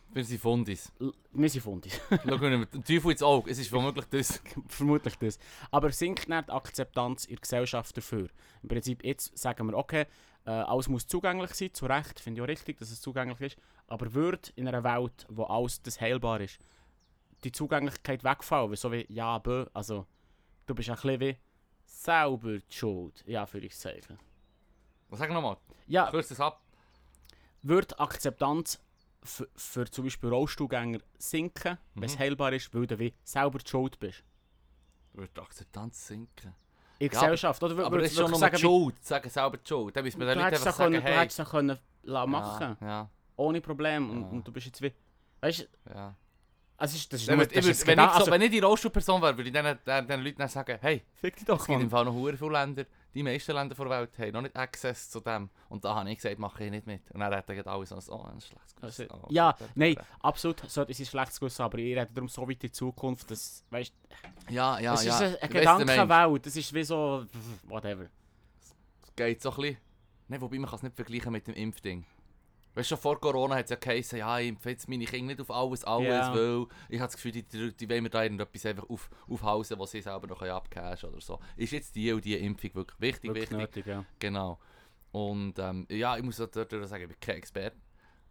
B: Wir sind Fundis.
A: l- wir sind Fundis.
B: Schauen wir mit dem Teufel ins Auge. Es ist womöglich das.
A: Vermutlich das. Aber sinkt nicht die Akzeptanz in der Gesellschaft dafür? Im Prinzip, jetzt sagen wir, okay, äh, alles muss zugänglich sein, zu Recht, finde ich auch richtig, dass es zugänglich ist, aber würde in einer Welt, wo alles das heilbar ist, die Zugänglichkeit wegfallen, weil so wie, ja, bö, also, du bist ein bisschen wie selber die schuld, ja, für ich sagen.
B: Was sag nochmal?
A: Ja,
B: Kürz das ab.
A: würde Akzeptanz für, für zum Beispiel Rollstuhlgänger sinken, wenn es
B: Mhm.
A: heilbar ist, weil du wie selber die schuld bist.
B: Wird die Akzeptanz sinken.
A: In der
B: Ja, aber-
A: Gesellschaft, oder? Wür-
B: Aber das
A: würdest
B: ist
A: du wirklich
B: schon nochmal die
A: wie-
B: Schuld. Sagen selber die Schuld. Dann müssen wir
A: Du
B: den Leuten
A: hättest
B: einfach
A: es können,
B: sagen,
A: du
B: hey.
A: hättest es können lassen machen
B: Ja,
A: Ohne Problem. Und,
B: Ja.
A: und du bist jetzt wie. Weißt du,
B: ja. ja.
A: es ist, das ist
B: Dann
A: nur-
B: würd- ich
A: das ist
B: würd- wenn,
A: genau-
B: ich so,
A: also-
B: wenn ich die Rollstuhlperson wäre, würde ich diesen- diesen diesen Leuten dann sagen, hey,
A: Fick dich doch,
B: es gibt im
A: Mann.
B: Fall noch hure viele Länder. Die meisten Länder der Welt haben noch nicht Access zu dem. Und da habe ich gesagt, mache ich nicht mit. Und dann hat er gesagt, alles sonst, oh, ein schlechtes
A: Also,
B: Gewissen. Oh,
A: ja,
B: verdammt.
A: nein, absolut sollte es ein schlechtes Gewissen haben, aber ich rede darum so weit in die Zukunft, dass, weißt du,
B: Ja, ja,
A: es
B: Nou ja.
A: ist eine,
B: Ich weiss,
A: eine
B: was du meinst.
A: Gedankenwelt, es ist wie so, whatever.
B: Es geht so ein bisschen. Nein, wobei man kann es nicht vergleichen mit dem Impfding. Weißt du, schon vor Corona hat es ja geheißen, ja, ich impfe jetzt meine Kinder nicht auf alles, alles,
A: Ja.
B: weil ich habe das Gefühl, die, die, die wollen mir da irgendetwas einfach auf, aufhausen, was sie selber noch abcash oder so. Ist jetzt die und die Impfung wirklich wichtig,
A: Wirklich
B: wichtig?
A: nötig, ja.
B: Genau. Und ähm, ja, ich muss auch dort sagen, ich bin kein Experte.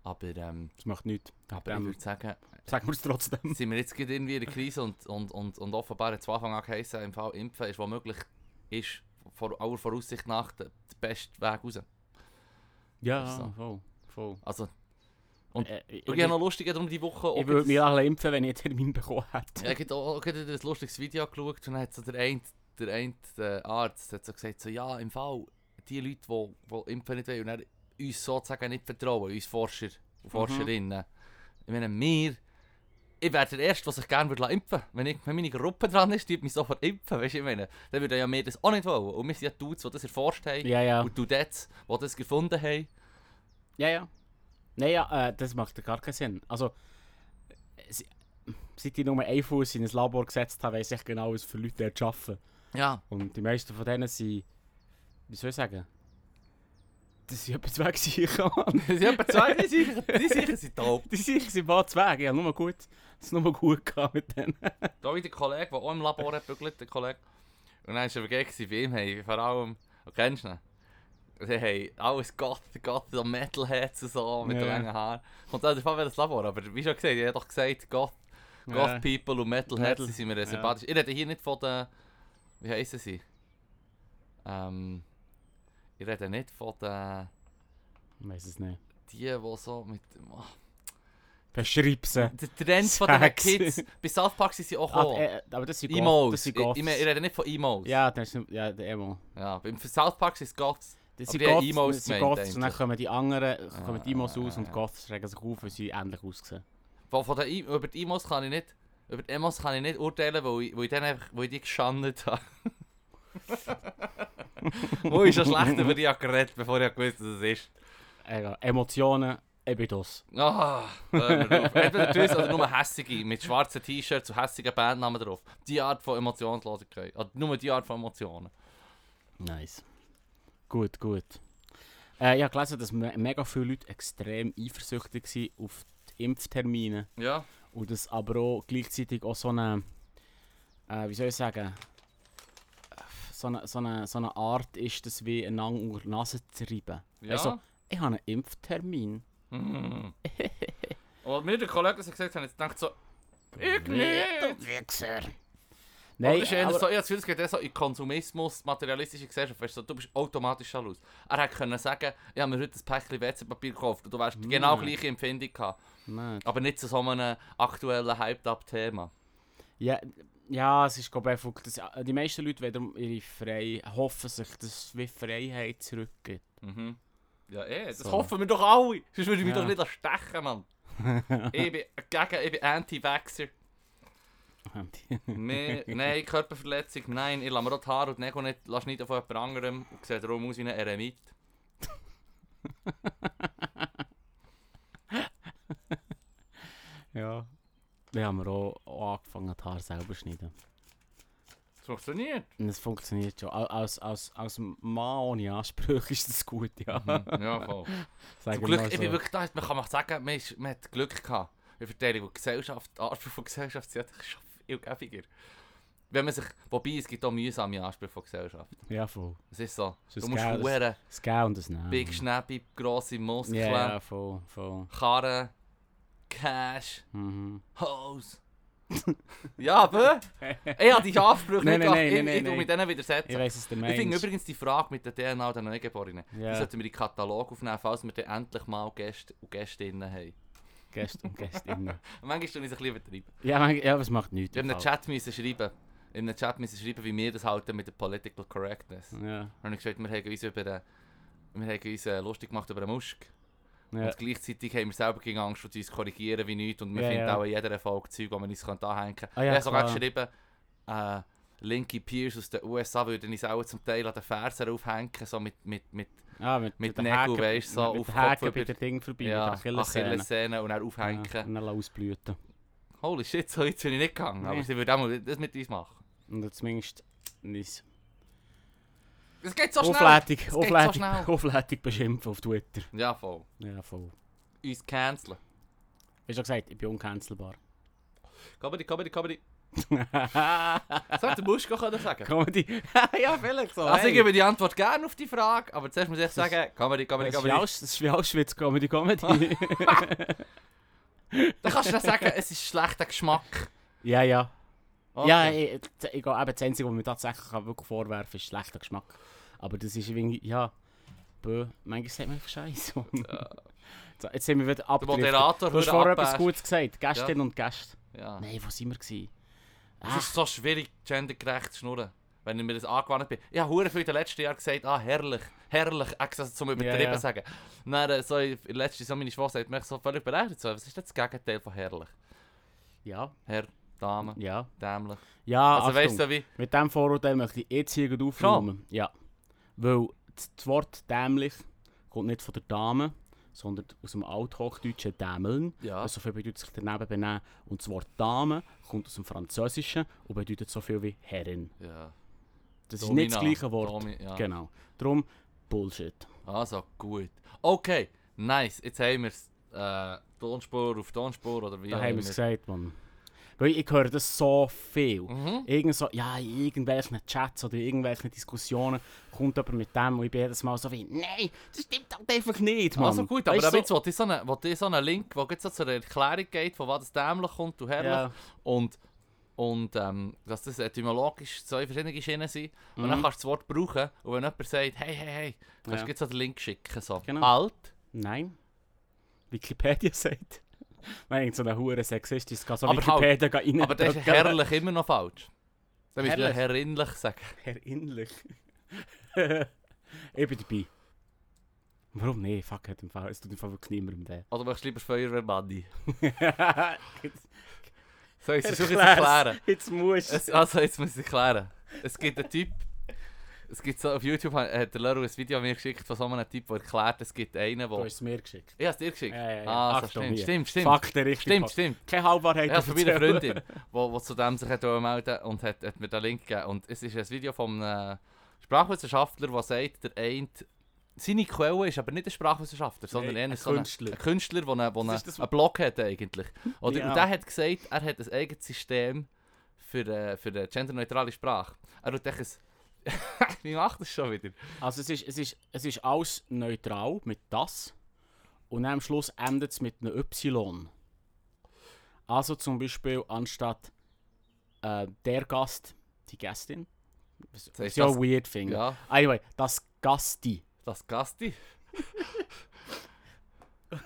B: Aber, ähm,
A: Das macht nichts.
B: aber ich würde sagen,
A: Sagen wir es trotzdem.
B: sind wir jetzt gerade irgendwie in der Krise und, und, und, und offenbar hat es von Anfang an geheißen, im Fall impfen ist womöglich ist vor aller Voraussicht nach der, der beste Weg raus.
A: Ja,
B: Ist so.
A: voll. voll.
B: Also, Und-
A: Äh, ich,
B: und ich habe noch lustig darum die Woche.
A: ich
B: ob
A: würde
B: jetzt-
A: mich auch impfen, wenn ich einen Termin bekommen hätte.
B: Ja, Ich habe auch gerade ein lustiges Video geschaut und dann hat so der eine, der eine der Arzt hat so gesagt, so, ja, im Fall, die Leute, die, die impfen nicht wollen und dann uns sozusagen nicht vertrauen, uns Forscher und Forscherinnen. Ich meine, mir, ich wäre der Erste, der sich gerne würde lassen impfen würde. Wenn, ich- wenn meine Gruppe dran ist, die mich sofort impfen, weißt du, ich meine, dann würde ja mir das auch nicht wollen. Und wir sind ja Dudes, die das erforscht haben
A: Ja, ja.
B: und Dudettes, die das gefunden haben.
A: Ja, ja. Naja, äh, das macht ja gar keinen Sinn. Also, äh, sie- seit ich nur einen Fuß in ein Labor gesetzt habe, weiß ich genau, was für Leute dort arbeiten.
B: Ja,
A: Und die meisten von denen sind, wie soll ich sagen, das sind etwa zwei sicher.
B: die sind etwa zwei, die sicher, die sicher sind taub.
A: Die sicher sind mal zwei, ich habe nur gut, es nur gut gehabt mit denen.
B: Da wie der Kollege, der auch im Labor hat bügelt, der Kollege. Und dann war es aber geil, gewesen bei ihm haben vor allem, du kennst ihn, sie haben alles Gott, Gott, so Metalheads und so, mit
A: Ja.
B: den langen Haaren. Kommt auch davon, welches Labor, aber wie schon gesagt, ich habe doch gesagt, Gott, Goth People und Metalheads,
A: Metal,
B: die sind mir
A: ja.
B: sympathisch. Ich rede hier nicht von den, wie heissen sie? Ähm, ich rede nicht von den,
A: Ich weiß es nicht.
B: die, die so mit, ah,
A: Beschreib sie.
B: der Trend von den
A: Sag's.
B: Kids, bei South Park sind sie auch
A: Ah,
B: gekommen.
A: äh, aber das sind Goths. Das
B: Emotes, ich,
A: sind
B: ich,
A: Goths.
B: meine, ich rede nicht von Emos.
A: Ja, das ist, ja, der Emo.
B: Ja, beim South Park sind es Goths.
A: Das
B: Aber
A: sind
B: die haben
A: Goths,
B: Emos
A: das sind
B: gemeint,
A: Goths und dann
B: eigentlich.
A: kommen die anderen
B: Ah,
A: kommen die Emos
B: ja,
A: aus
B: ja,
A: und
B: ja.
A: Goths regen sich auf, weil sie ähnlich aussehen.
B: Von, von den, I- über die Emos kann ich nicht, über die Emos kann ich nicht urteilen, weil ich, weil ich, dann einfach, weil ich die geschandet habe. Wo ist schon schlecht über die habe geredet, bevor ich gewusst was es ist.
A: Egal. Emotionen, ich bin das.
B: Ah, hör mir auf. Entweder das oder nur hässige, mit schwarzen T-Shirts und hässigen Bandnamen drauf. Die Art von Emotionslosigkeit. Also nur die Art von Emotionen.
A: Nice. Gut, gut. Äh, ich habe gelesen, dass me- mega viele Leute extrem eifersüchtig sind auf die Impftermine
B: Ja.
A: und dass aber auch gleichzeitig auch so eine, äh, wie soll ich sagen, so eine, so eine, so eine Art ist, das wie einander unter die Nase zu reiben.
B: Ja.
A: Also, ich habe einen Impftermin.
B: Mm. Und mir der Kollege, der gesagt hat, jetzt denkt so, ich nicht.
A: Wichser!
B: Nein,
A: Nein,
B: das ist eher
A: aber-
B: so, ich habe das Gefühl, es geht eher so in Konsumismus, materialistische Gesellschaft, weißt du, so, du bist automatisch schalus. Er hätte können sagen, ich habe mir heute ein Päckchen WC-Papier gekauft und du
A: Mm.
B: wärst genau gleiche Empfindung gehabt.
A: Nein.
B: Aber nicht zu so einem aktuellen Hyped-Up-Thema.
A: Ja, ja, es ist glaube ich einfach, dass die meisten Leute wieder ihre Freiheit hoffen dus sich, dass es wie Freiheit zurückgeht.
B: Mhm. Ja, eh, das
A: So.
B: hoffen wir doch alle. Sonst würde ich mich
A: Ja.
B: doch nicht erstechen, Mann. ich bin gegen, ich bin Anti-Vaxxer. Mehr- nein, Körperverletzung, nein, ich lasse mir auch die Haare und die Nägel nicht, lasse nicht von jemand anderem und sehe darum aus wie ein Eremit.
A: ja. oh, Wir haben auch, auch angefangen, die Haare selber zu schneiden.
B: Das funktioniert.
A: Und es funktioniert schon. Au- Als, als, als Mann ohne Ansprüche ist das gut, ja.
B: Mhm. Ja, voll.
A: Sagen
B: Zum
A: wir
B: Glück,
A: mal
B: ich bin
A: so.
B: wirklich da, man kann mal sagen, man, ist, man hat Glück gehabt. Ich verteile, die Gesellschaft, die Ansprüche von Gesellschaft sind ja schon viel gäbiger. Wenn man sich, wobei es gibt auch mühsame Ansprüche von Gesellschaft.
A: Ja, voll.
B: Es ist so,
A: Es ist
B: du musst
A: geil, das-
B: huere
A: Das Geld und das Nehmen.
B: big, schnäppi, grosse Muskeln,
A: nou. Ja, ja, voll, voll.
B: Karren, Cash,
A: Mhm.
B: Hose. ja, bö! Ich habe die Ansprüche
A: Nein, nein, nein,
B: nicht gehabt. Ich-
A: nein,
B: Ich tue
A: nein.
B: mit denen
A: Ich
B: widersetzen.
A: weiss, was du
B: Ich finde
A: meinst.
B: übrigens die Frage mit der DNA der Neugeborenen.
A: Ja.
B: Die sollten wir in den Katalog aufnehmen, falls wir dann endlich mal Gäste und Gästinnen haben.
A: Gäste und Gästinnen.
B: Und manchmal tun wir es ein bisschen übertreiben.
A: ja, man, ja, aber es macht nichts.
B: Wir haben
A: im
B: einen Chat müssen schreiben. In einem Chat müssen schreiben, wie wir das halten mit der Political Correctness.
A: Fall. Ja,
B: Und ich gesagt, wir haben uns über den, wir haben uns äh, lustig gemacht über den Muschk.
A: ja.
B: Und gleichzeitig haben wir selber gegen Angst, dass sie uns korrigieren wie nichts. Und wir
A: Ja,
B: finden
A: ja.
B: auch in jeder Erfolg Zeug, wo man uns anhängen kann.
A: Ah ja,
B: ich habe sogar
A: klar.
B: geschrieben, äh, linke Peers aus den USA würden uns auch zum Teil an den Fersen aufhängen, so mit, mit, mit
A: Ah, mit,
B: Mit
A: den
B: Nägeln,
A: Haken-
B: weisst du, so
A: mit
B: auf
A: den
B: Kopf
A: Haken bei
B: über-
A: der Ding vorbei,
B: ja,
A: mit der Achillessehne.
B: Achillessehne und dann
A: Ja, hm.
B: aufhängen.
A: und dann ausblüten.
B: Holy shit, so jetzt bin ich nicht gegangen. Aber
A: Nee.
B: sie würde auch mal das mit uns machen.
A: Oder zumindest nice.
B: Es geht so schnell!
A: Aufleitung,
B: so
A: Aufleitung,
B: schnell.
A: Aufleitung beschimpfen auf Twitter.
B: Ja, voll.
A: Ja, voll.
B: Uns canceln.
A: Wie schon gesagt, ich bin uncancelbar.
B: Comedy, Comedy, Comedy. Das hätte der Buschko können sagen
A: Comedy. ja, vielleicht so.
B: Also
A: hey.
B: ich gebe die Antwort gerne auf die Frage, aber zuerst muss ich sagen, Comedy, Comedy,
A: das ist wie
B: Comedy.
A: Aus- das ist wie Auschwitz Comedy Comedy.
B: Dann kannst du dann sagen, es ist schlechter Geschmack.
A: ja, ja.
B: Okay.
A: Ja, ich, ich, ich, glaube, eben das Einzige, was mir tatsächlich kann wirklich vorwerfen kann, ist schlechter Geschmack. Aber das ist irgendwie, ja, bö, manchmal sagt man einfach Scheiße. So, Jetzt sind wir wieder
B: Der
A: abgedriftet.
B: Moderator
A: Du hast
B: würde
A: vorher etwas
B: abpasst.
A: Gutes gesagt, Gästinnen und Gäste.
B: Ja.
A: Nein, wo sind wir? Gewesen?
B: Es
A: ah.
B: ist so schwierig, gendergerecht zu schnurren, wenn ich mir das angewandt bin. Ich habe hure viel in den letzten Jahren gesagt, ah, herrlich, herrlich, extra zum Übertrieben
A: Ja, ja.
B: sagen. Dann, äh, so, in der letzten, so meine Schwester hat mich so völlig berechnet, so, was ist denn das Gegenteil von herrlich?
A: Ja,
B: Herr, Dame,
A: ja. Ah,
B: dämlich.
A: Ja,
B: also
A: Achtung.
B: weißt du, wie...
A: Mit diesem Vorurteil möchte ich jetzt hier gut aufräumen. Ja. Weil das das Wort dämlich kommt nicht von der Dame, sondern aus dem althochdeutschen Dämeln.
B: Ja.
A: Also so viel bedeutet sich daneben benehmen. Und das Wort Dame kommt aus dem Französischen und bedeutet so viel wie Herrin.
B: ja.
A: Das
B: Domina,
A: ist nicht das gleiche Wort.
B: Domi- ja.
A: Genau. Darum Bullshit.
B: Also gut. Okay, nice, jetzt haben wir es. Äh, Tonspur auf Tonspur oder wie
A: Da
B: auch
A: haben wir
B: immer.
A: es gesagt, Mann. Weil ich höre das so viel.
B: Mhm.
A: Irgend so, ja, in irgendwelchen Chats oder irgendwelchen Diskussionen kommt jemand mit dem und ich bin jedes Mal so wie, nein, das stimmt halt einfach nicht, Mann.
B: Also gut, aber
A: Weißt du,
B: damit wollte ich so einen so eine Link, der so zur Erklärung geht, von was das dämlich kommt und herrlich.
A: Ja.
B: Und, und ähm, dass das etymologisch zwei verschiedene Schienen sind. Und dann kannst du das Wort brauchen und wenn jemand sagt, hey, hey, hey, kannst
A: Mhm. Ja.
B: du jetzt so den Link schicken. So.
A: Genau.
B: Alt.
A: Nein. Wikipedia sagt. Wenn so eine hure Sexist ist, kann so
B: Aber halt-
A: Wikipedia halt, rein.
B: Aber das ist
A: drücken.
B: herrlich immer noch falsch. Dann müsst ihr
A: Herrlich?
B: herrlich sagen.
A: Herinnerlich. ich bin dabei. Warum? Nee, fuck, hat im Fall. Es tut im Fall wirklich niemandem weh.
B: Oder möchtest du lieber Feuerwehrmanni?
A: jetzt,
B: Soll ich es schon
A: erklär's.
B: erklären?
A: jetzt musst du
B: Es, also, jetzt muss ich erklären. Es gibt einen Typ, es gibt so, auf YouTube hat hat der Leru ein Video an mir geschickt von so einem Typ, der erklärt, es gibt einen,
A: Du
B: der...
A: hast es mir geschickt.
B: Ich hab's dir geschickt.
A: Ja, ja, ja.
B: Ah, so,
A: Achtung
B: stimmt,
A: hier.
B: stimmt, stimmt.
A: Fuck, der richtige
B: Stimmt,
A: Pass.
B: stimmt.
A: Keine Halbwahrheit.
B: Ja, von meiner
A: erzählen.
B: Freundin, wo, wo zu dem sich hat wollen melden und hat, hat mir den Link gegeben. Und es ist ein Video von einem Sprachwissenschaftler, der sagt, der eine... Seine Quelle ist aber nicht ein Sprachwissenschaftler, sondern
A: Nein, ein
B: eher so ein
A: Künstler.
B: ein Künstler, der einen, der einen,
A: Das ist das-
B: einen Blog hat eigentlich. Oder,
A: Ja.
B: Und der hat gesagt, er hat ein eigenes System für, äh, für eine genderneutrale Sprache. Er hat echt ein... Wie macht das schon wieder?
A: Also es ist, es, ist, es ist alles neutral mit das. Und dann am Schluss endet es mit einem Y. Also zum Beispiel anstatt äh, der Gast, die Gästin. Was
B: Das
A: was
B: heißt
A: ja
B: das-
A: ein weird finde.
B: Ja,
A: Anyway, das Gasti.
B: das Gasti.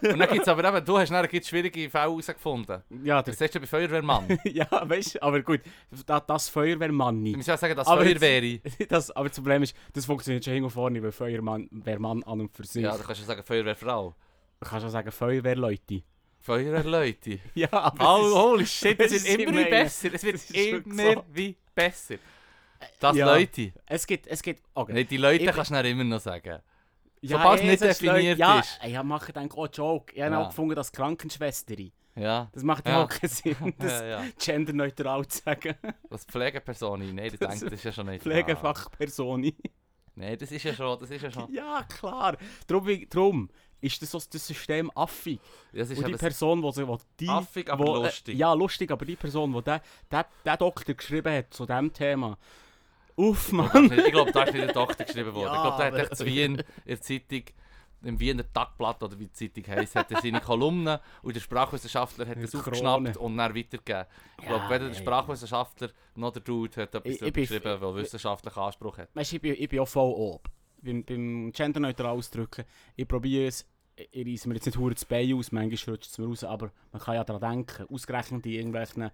B: Und dann gibt es aber eben, du hast dann gibt's schwierige Fälle herausgefunden.
A: Ja, der,
B: Das sagst du bei Feuerwehrmann.
A: ja weißt du, aber gut, das, das Feuerwehrmann
B: Ich
A: nicht.
B: muss ja sagen, dass
A: Aber jetzt-
B: Feuerwehr.
A: Das, aber das Problem ist, das funktioniert schon hin und vorne, weil Feuermann Wehrmann an und für sich.
B: Ja, du kannst ja sagen Feuerwehrfrau.
A: Du kannst auch sagen Feuerwehrleute.
B: Feuerwehrleute.
A: Ja, aber es
B: Oh,
A: ist-
B: holy shit,
A: das
B: es wird
A: ist
B: immer
A: immer
B: wie
A: mehr.
B: besser. Es wird
A: Das ist schon
B: immer
A: gesagt.
B: wie besser. Das
A: Ja.
B: Leute.
A: Es gibt, es gibt, okay.
B: Nein, die Leute
A: Ich-
B: kannst du dann immer noch sagen.
A: Ja,
B: Sobald es
A: ey,
B: nicht
A: sonst Leute-
B: definiert
A: ja,
B: ist.
A: Ja, ich mache gedacht, oh, Joke. Ich habe
B: Ja.
A: auch gefunden, dass Krankenschwesteri.
B: Ja.
A: Das macht
B: Ja.
A: ja auch keinen Sinn, das
B: Ja, ja.
A: genderneutral zu sagen.
B: Das Pflegeperson. Nein, das, denkt, das ist ja schon nicht.
A: Pflegefachpersoni.
B: Ah. Nein, das ist ja schon. Das ist ja schon.
A: Ja, klar. Darum, wie- darum ist das, so das System affig.
B: Das ist
A: Und die
B: eben
A: Person, die... die, die
B: Affig, aber
A: wo,
B: lustig.
A: Äh, ja, lustig, aber die Person, die der, der, der Doktor geschrieben hat zu diesem Thema. Uff, Mann.
B: Ich glaube, da ist nicht der Doktor geschrieben worden.
A: Ja,
B: ich glaube, der hat
A: aber-
B: echt in Wien in der Zeitung, im Wiener Tagblatt oder wie die Zeitung heisst, hat er seine Kolumnen und der Sprachwissenschaftler hat das
A: Krone.
B: aufgeschnappt und dann weitergegeben. Ich
A: Ja,
B: glaube, weder der
A: ey.
B: Sprachwissenschaftler noch der Dude hat etwas
A: Ich- ich bin-
B: geschrieben, der wissenschaftlichen Anspruch hat.
A: Weißt du, ich bin, ich bin auch voll ob. Beim, beim genderneutral ausdrücken, ich probiere es, ich reisse mir jetzt nicht hure das Bein aus, manchmal rutscht es mir raus, aber man kann ja daran denken. Ausgerechnet in irgendwelchen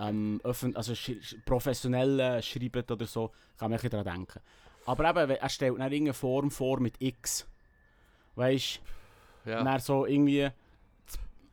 A: ähm, öffn also sch sch- professionellen Schreiben oder so, kann man ein bisschen daran denken. Aber eben, wenn- er stellt dann irgendeine Form vor mit X. Weißt du,
B: Ja,
A: dann so irgendwie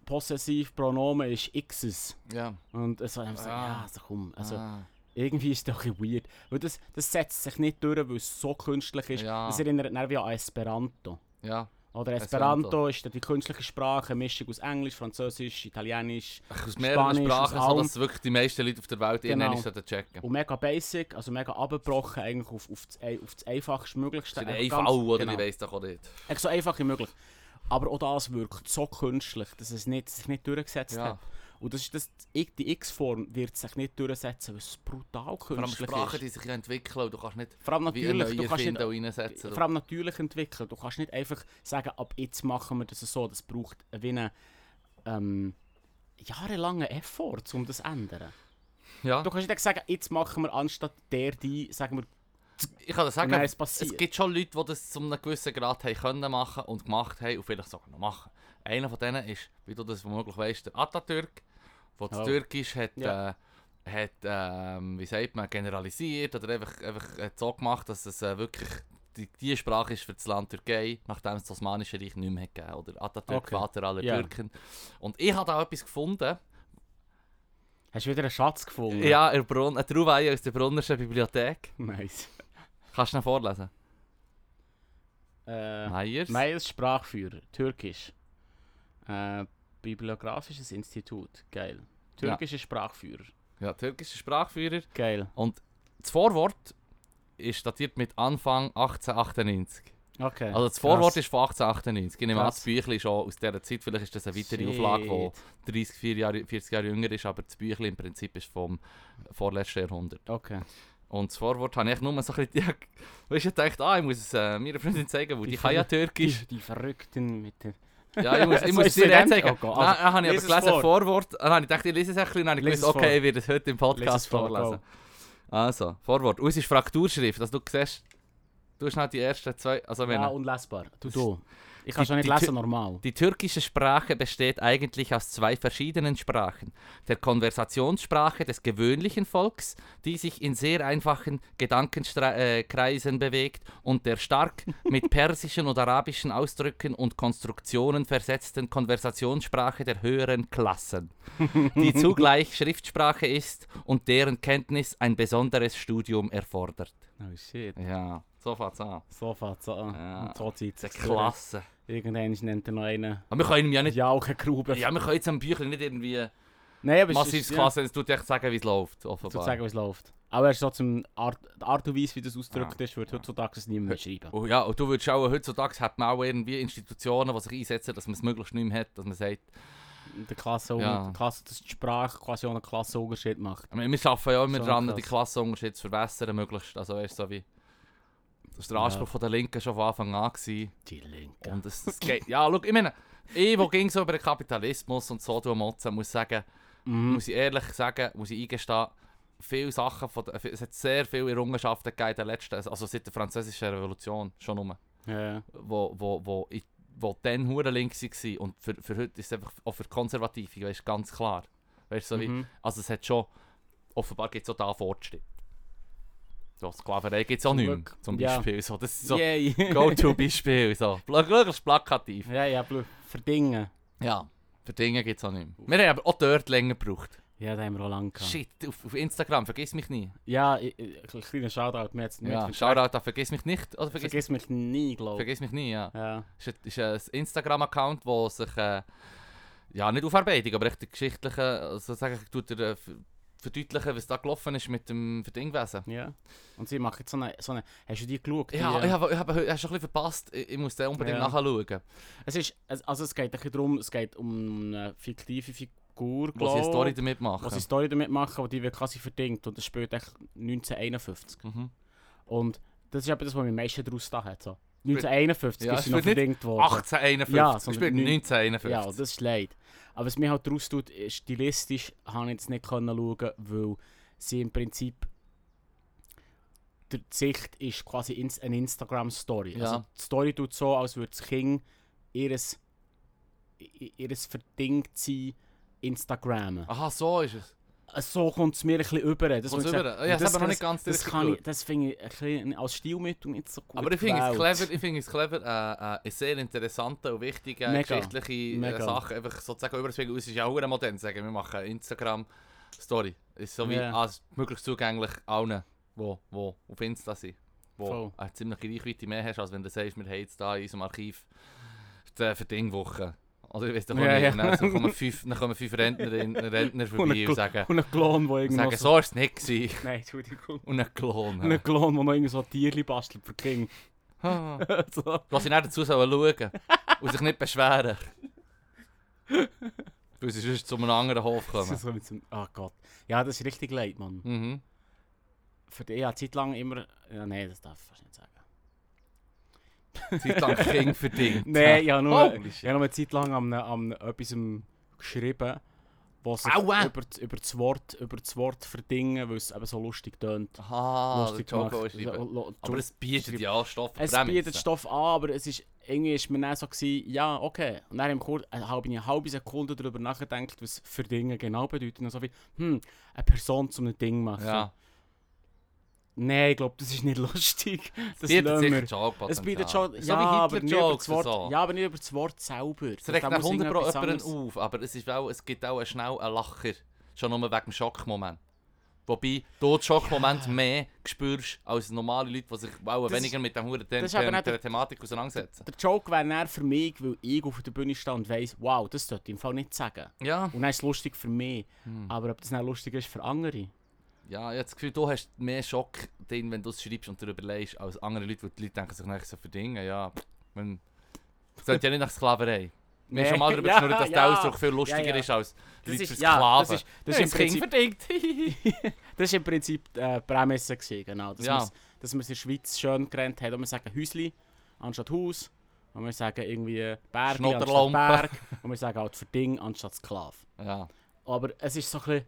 A: das Possessivpronomen ist Xs.
B: ja.
A: Und so, dann so,
B: Ah.
A: ja, also komm. Also,
B: Ah.
A: irgendwie ist das auch ein bisschen weird. Weil das, das setzt sich nicht durch, weil es so künstlich ist.
B: Ja.
A: Das erinnert mich wie an Esperanto.
B: ja.
A: Oder
B: Esperanto.
A: Esperanto, ist dann die künstliche Sprache, eine Mischung aus Englisch, Französisch, Italienisch,
B: Aus mehreren
A: Spanisch, aus
B: Sprachen, so
A: allem.
B: dass wirklich die meisten Leute auf der Welt
A: Genau.
B: irgendwann sollten checken.
A: Und mega basic, also mega abgebrochen eigentlich auf, auf, das, Ei- auf das einfachste Möglichste.
B: Das ist ein
A: Einfach
B: AV,
A: ganz-
B: oder?
A: genau.
B: Ich weiss doch auch nicht.
A: Echt so einfach wie möglich. Aber auch das wirkt so künstlich, dass es nicht, sich nicht durchgesetzt
B: Ja.
A: hat. Und das ist das, die X-Form wird sich nicht durchsetzen, weil es brutal
B: Vor allem
A: künstlich
B: Sprachen,
A: ist.
B: die sich ja entwickeln und du kannst nicht
A: Vor allem
B: wie eine
A: natürlich, du
B: neue
A: kannst nicht
B: finden und reinsetzen.
A: Vor allem natürlich entwickeln. Du kannst nicht einfach sagen, ab jetzt machen wir das so. Das braucht wie einen ähm, jahrelangen Effort, um das zu ändern.
B: Ja.
A: Du kannst nicht sagen, jetzt machen wir anstatt der, die, sagen wir,
B: Ich kann dir sagen,
A: nein, es
B: es
A: passiert.
B: gibt schon Leute, die das zu einem gewissen Grad haben können machen und gemacht haben und vielleicht sogar noch machen. Einer von denen ist, wie du das womöglich weißt, der Atatürk, der
A: Oh.
B: das Türkisch hat,
A: Ja.
B: äh, hat ähm, wie sagt man, generalisiert oder einfach, einfach hat so gemacht, dass es äh, wirklich die, die Sprache ist für das Land Türkei, nachdem es das Osmanische Reich nicht mehr hat gegeben Oder Atatürk,
A: Okay.
B: Vater aller
A: Ja.
B: Türken. Und ich habe da etwas gefunden,
A: hast du wieder einen Schatz gefunden?
B: ja, in Brun eine Trauweihe aus der Brunnerschen Bibliothek.
A: Nice.
B: Kannst du ihn vorlesen?
A: Äh,
B: Meyers?
A: Meyers Sprachführer, Türkisch. Äh, Bibliografisches Institut, geil. Türkische Sprachführer,
B: Ja, türkischer Sprachführer.
A: geil.
B: Das Vorwort ist datiert mit Anfang 1898.
A: Okay.
B: Also das Vorwort
A: Krass.
B: ist von 1898. Ich nehme an,
A: Krass.
B: das Büchlein ist schon aus dieser Zeit. Vielleicht ist das eine weitere
A: Shit.
B: Auflage, die 30, 40 Jahre, 40 Jahre jünger ist, aber das Büchlein im Prinzip ist vom vorletzten Jahrhundert.
A: Okay.
B: Und das Vorwort habe ich nur so ein bisschen... Weißt du, ich dachte, ah, ich muss es äh, meiner Freundin zeigen, weil
A: Die
B: die kann ja Türkisch.
A: Die, die Verrückten mit den...
B: Ja, ich muss, ich
A: So
B: muss es
A: ist es
B: dir jetzt
A: dann?
B: sagen.
A: Oh Gott,
B: Dann
A: also,
B: habe ich aber
A: lies es
B: gelesen,
A: vor.
B: Vorwort. Dann habe ich gedacht, ich lese es ein bisschen. Dann habe ich
A: Lies
B: gewusst,
A: es vor.
B: okay, ich werde es heute
A: Lies
B: im
A: es
B: Podcast
A: vor,
B: vorlesen. Also, Vorwort. Uns ist Frakturschrift, also du siehst, du hast noch die ersten zwei, also
A: go.
B: wenn
A: Ja, unlesbar. Du, du. Ich kann
B: Die-
A: schon nicht
B: die Tü-
A: lesen, normal.
B: die türkische Sprache besteht eigentlich aus zwei verschiedenen Sprachen. Der Konversationssprache des gewöhnlichen Volks, die sich in sehr einfachen Gedankenkreisen äh, Kreisen bewegt, und der stark mit persischen und arabischen Ausdrücken und Konstruktionen versetzten Konversationssprache der höheren Klassen, die zugleich Schriftsprache ist und deren Kenntnis ein besonderes Studium erfordert.
A: Oh shit.
B: Ja, so fängt's an.
A: So fängt es an.
B: Ja.
A: Und so zieht
B: Das
A: es
B: ist klasse.
A: Irgendwann nennt er noch einen
B: Aber wir können ihm ja nicht.
A: Jauchengruber.
B: Ja, wir können jetzt am Büchlein nicht irgendwie
A: Nein, aber es
B: massives
A: ist
B: Klasse, es tut echt sagen, wie es läuft,
A: ja, zu
B: offenbar.
A: sagen, wie es läuft. Aber es ist trotzdem Art, die Art und Weise, wie das ausgedrückt
B: Ja.
A: ist, würde heutzutage es niemand mehr schreiben.
B: Oh ja, und du würdest auch, heutzutage hat man auch irgendwie Institutionen, die sich einsetzen, dass man es möglichst nicht mehr hat, dass man sagt,
A: Der Klasse,
B: Ja.
A: der Klasse, dass die Sprache quasi auch einen Klassenunterschied macht.
B: ich meine, wir arbeiten ja immer
A: So
B: daran,
A: krass.
B: die Klassenunterschiede zu verbessern, möglichst, also weißt du, so wie... Das war der
A: Ja.
B: Anspruch von der Linken schon von Anfang an. Gewesen.
A: Die Linke.
B: Und es, es geht... Ja, schau, ich meine, ich, wo ging so über den Kapitalismus und so, du Motzen, muss sagen,
A: Mhm.
B: muss ich ehrlich sagen, muss ich eingestehen, viele Sachen, von, der- es hat sehr viele Errungenschaften gegeben in der letzten, also seit der französischen Revolution schon um,
A: Ja.
B: wo, wo, wo, ich, wo dann hure links war und für, für heute ist es einfach auch für Konservative, weißt, ganz klar. Weißt, so wie,
A: Mhm.
B: Also es hat schon, offenbar gibt es auch da Fortschritt. So, Sklaverei gibt es auch
A: Zum
B: nicht mehr,
A: Glück.
B: zum
A: Ja.
B: Beispiel. So, das ist so
A: Yay.
B: Go-To-Beispiel, so. Pla- Wirklich plakativ.
A: ja, ja, blöd. Verdingen.
B: Ja, für Dinge gibt es auch nicht mehr. Wir haben aber auch dort länger gebraucht.
A: Ja, da haben wir auch lange gehabt.
B: Shit, auf, auf Instagram, vergiss mich nie.
A: Ja, ich- ich- ein kleiner Shoutout. Mir hat's- mir
B: Ja,
A: hat's-
B: Shoutout an Vergiss mich nicht. Oder vergiss,
A: Vergiss mich nie, glaube ich.
B: vergiss mich nie, ja.
A: Ja.
B: Ist, ein- ist ein eh, Instagram-Account, wo sich, äh, ja, nicht Aufarbeitung, aber echt die geschichtliche, also sagen, tut er, äh, ver- verdeutlichen, was da gelaufen ist mit dem Verdingwesen.
A: ja. Und sie machen jetzt so eine, so eine... Hast du die geschaut?
B: Ja,
A: Die, äh,
B: ich habe ich hab, ich hab schon ein bisschen verpasst. Ich, ich muss den unbedingt
A: Ja.
B: nachschauen.
A: Es ist, es- also es geht ein bisschen darum, es geht um eine fiktive Figur,
B: Was
A: glaub,
B: sie eine Story damit machen.
A: was die Story damit machen, die die wird quasi verdingt und das spielt echt 1951.
B: Mhm.
A: Und das ist eben das, was mich am meisten daraus da hat. So. 1951
B: Ja,
A: ist sie
B: es
A: noch
B: wird nicht
A: verdingt worden.
B: 1851.
A: Ja,
B: Ja,
A: sondern
B: spielt
A: neun-
B: 1951.
A: Ja, das ist leid. Aber was mir halt daraus tut, ist, stilistisch habe ich jetzt nicht können schauen, weil sie im Prinzip. Die Sicht ist quasi ins- eine Instagram-Story.
B: Ja.
A: Also die Story tut so, als würde das Kind ihres, i- ihres Verdingtsein Instagrammen.
B: Aha, so ist es.
A: Äh, So kommt es mir ein bisschen über. Das, muss
B: Ah. Kommt's
A: ich
B: rüber?
A: sagen.
B: Ja,
A: Und
B: das haben wir noch nicht
A: das,
B: ganz
A: das,
B: richtig
A: kann ich,
B: geschaut.
A: das finde ich ein bisschen als Stilmittel nicht so gut.
B: Aber ich finde es
A: gewählt.
B: clever, ich finde es clever, äh, äh, sehr interessante und wichtige
A: Mega.
B: geschichtliche
A: Mega.
B: Äh, Sachen, einfach sozusagen überzwingen. Uns ist ja auch modern, sagen wir machen eh, Instagram Story, ist so wie
A: Ja.
B: als möglichst zugänglich allen, wo, wo auf Insta sind,
A: Voll.
B: wo Ah, eine ziemliche Reichweite mehr hast, als wenn du sagst, wir haben jetzt da in unserem Archiv die Verdingwoche. Oder ich weiß doch auch
A: Ja,
B: nicht,
A: ja.
B: Und Dann, so kommen fünf, dann kommen fünf Rentnerinnen Rentner
A: Und
B: vorbei
A: ein
B: und
A: Klo-
B: sagen,
A: und ein Klon, der
B: und
A: irgendwas.
B: sagen so war es nicht gewesen.
A: Nein, Entschuldigung.
B: und ein Klon.
A: Ein Klon, der noch irgendwie so Tierli bastelt für King.
B: Ah.
A: so.
B: Was ich dann dazu sollen schauen und sich nicht beschweren. Weil sie sonst zu einem anderen Hof kommen.
A: Das kommt zum oh Gott. Ja, das ist richtig leid, Mann.
B: Mhm.
A: Für die ich habe Zeit lang immer. Ja, nein, das darf ich fast nicht sagen.
B: Zeit lang King verdient.
A: Nein, ich habe nur,
B: Holy shit.
A: ne- ich habe nur eine Zeit lang an, einem- an einem etwas geschrieben, die sich
B: Aua!
A: über, das- über, das Wort, über das Wort verdingen, weil es eben so lustig tönt.
B: Aha, Ah, der
A: lustig
B: Joker
A: gemacht.
B: ist lieber.
A: Lo- lo-
B: Aber es bietet ja Stoff.
A: Es bietet Stoff an, aber es ist, irgendwie war mir dann so, gewesen, ja, okay. Und dann im Kur eine halbe, eine halbe Sekunde darüber nachgedacht, was für Dinge genau bedeuten. Und so wie, hm, eine Person zum ein Ding machen.
B: Ja,
A: Nein, ich glaube, das ist nicht lustig. Das
B: es bietet
A: lassen wir.
B: sicher Joke.
A: Es bietet schon,
B: so
A: ja, aber
B: wie
A: nicht über
B: Hitler-Jokes
A: das Wort,
B: so.
A: ja, aber nicht über das Wort selber.
B: Es regt
A: Da
B: nach
A: muss
B: 100 Pro
A: irgendetwas
B: jemanden
A: anderes-
B: auf, aber es, ist auch, es gibt auch schnell einen Lacher. Schon nur wegen dem Schockmoment. Wobei du den Schockmoment mehr spürst als normale Leute, die sich wow,
A: Das
B: weniger mit dem Huren The
A: das ist aber
B: The
A: nicht
B: The Thematik auseinandersetzen.
A: Der Joke wäre dann für mich, weil ich auf der Bühne stehe und weiss, wow, das sollte ich im Fall nicht sagen.
B: Ja,
A: Und dann ist es lustig für mich.
B: Hm.
A: Aber ob das dann lustig ist für andere?
B: ja, ich habe das Gefühl, du hast mehr Schock drin, wenn du es schreibst und darüber leist, als andere Leute, weil die Leute denken sich nachher so für Dinge. Ja, pff, man sollte ja nicht nach Sklaverei. Wir haben schon mal darüber
A: Ja,
B: geschnurrt, dass der
A: ja.
B: Ausdruck viel lustiger
A: Ja, ja.
B: ist als
A: Das
B: die Leute
A: ist,
B: für
A: ja,
B: Sklaven.
A: das ist, das ist im Prinzip,
B: verdient.
A: das ist im Prinzip die äh, Prämisse gewesen, genau. Dass,
B: Ja.
A: wir's- dass wir es in der Schweiz schön gerannt haben. Und wir sagen Häusli anstatt Haus. Und wir sagen irgendwie Berg anstatt
B: Schnodderlampe.
A: Berg. Und wir sagen halt Verding anstatt Sklav.
B: ja.
A: Aber es ist so ein bisschen...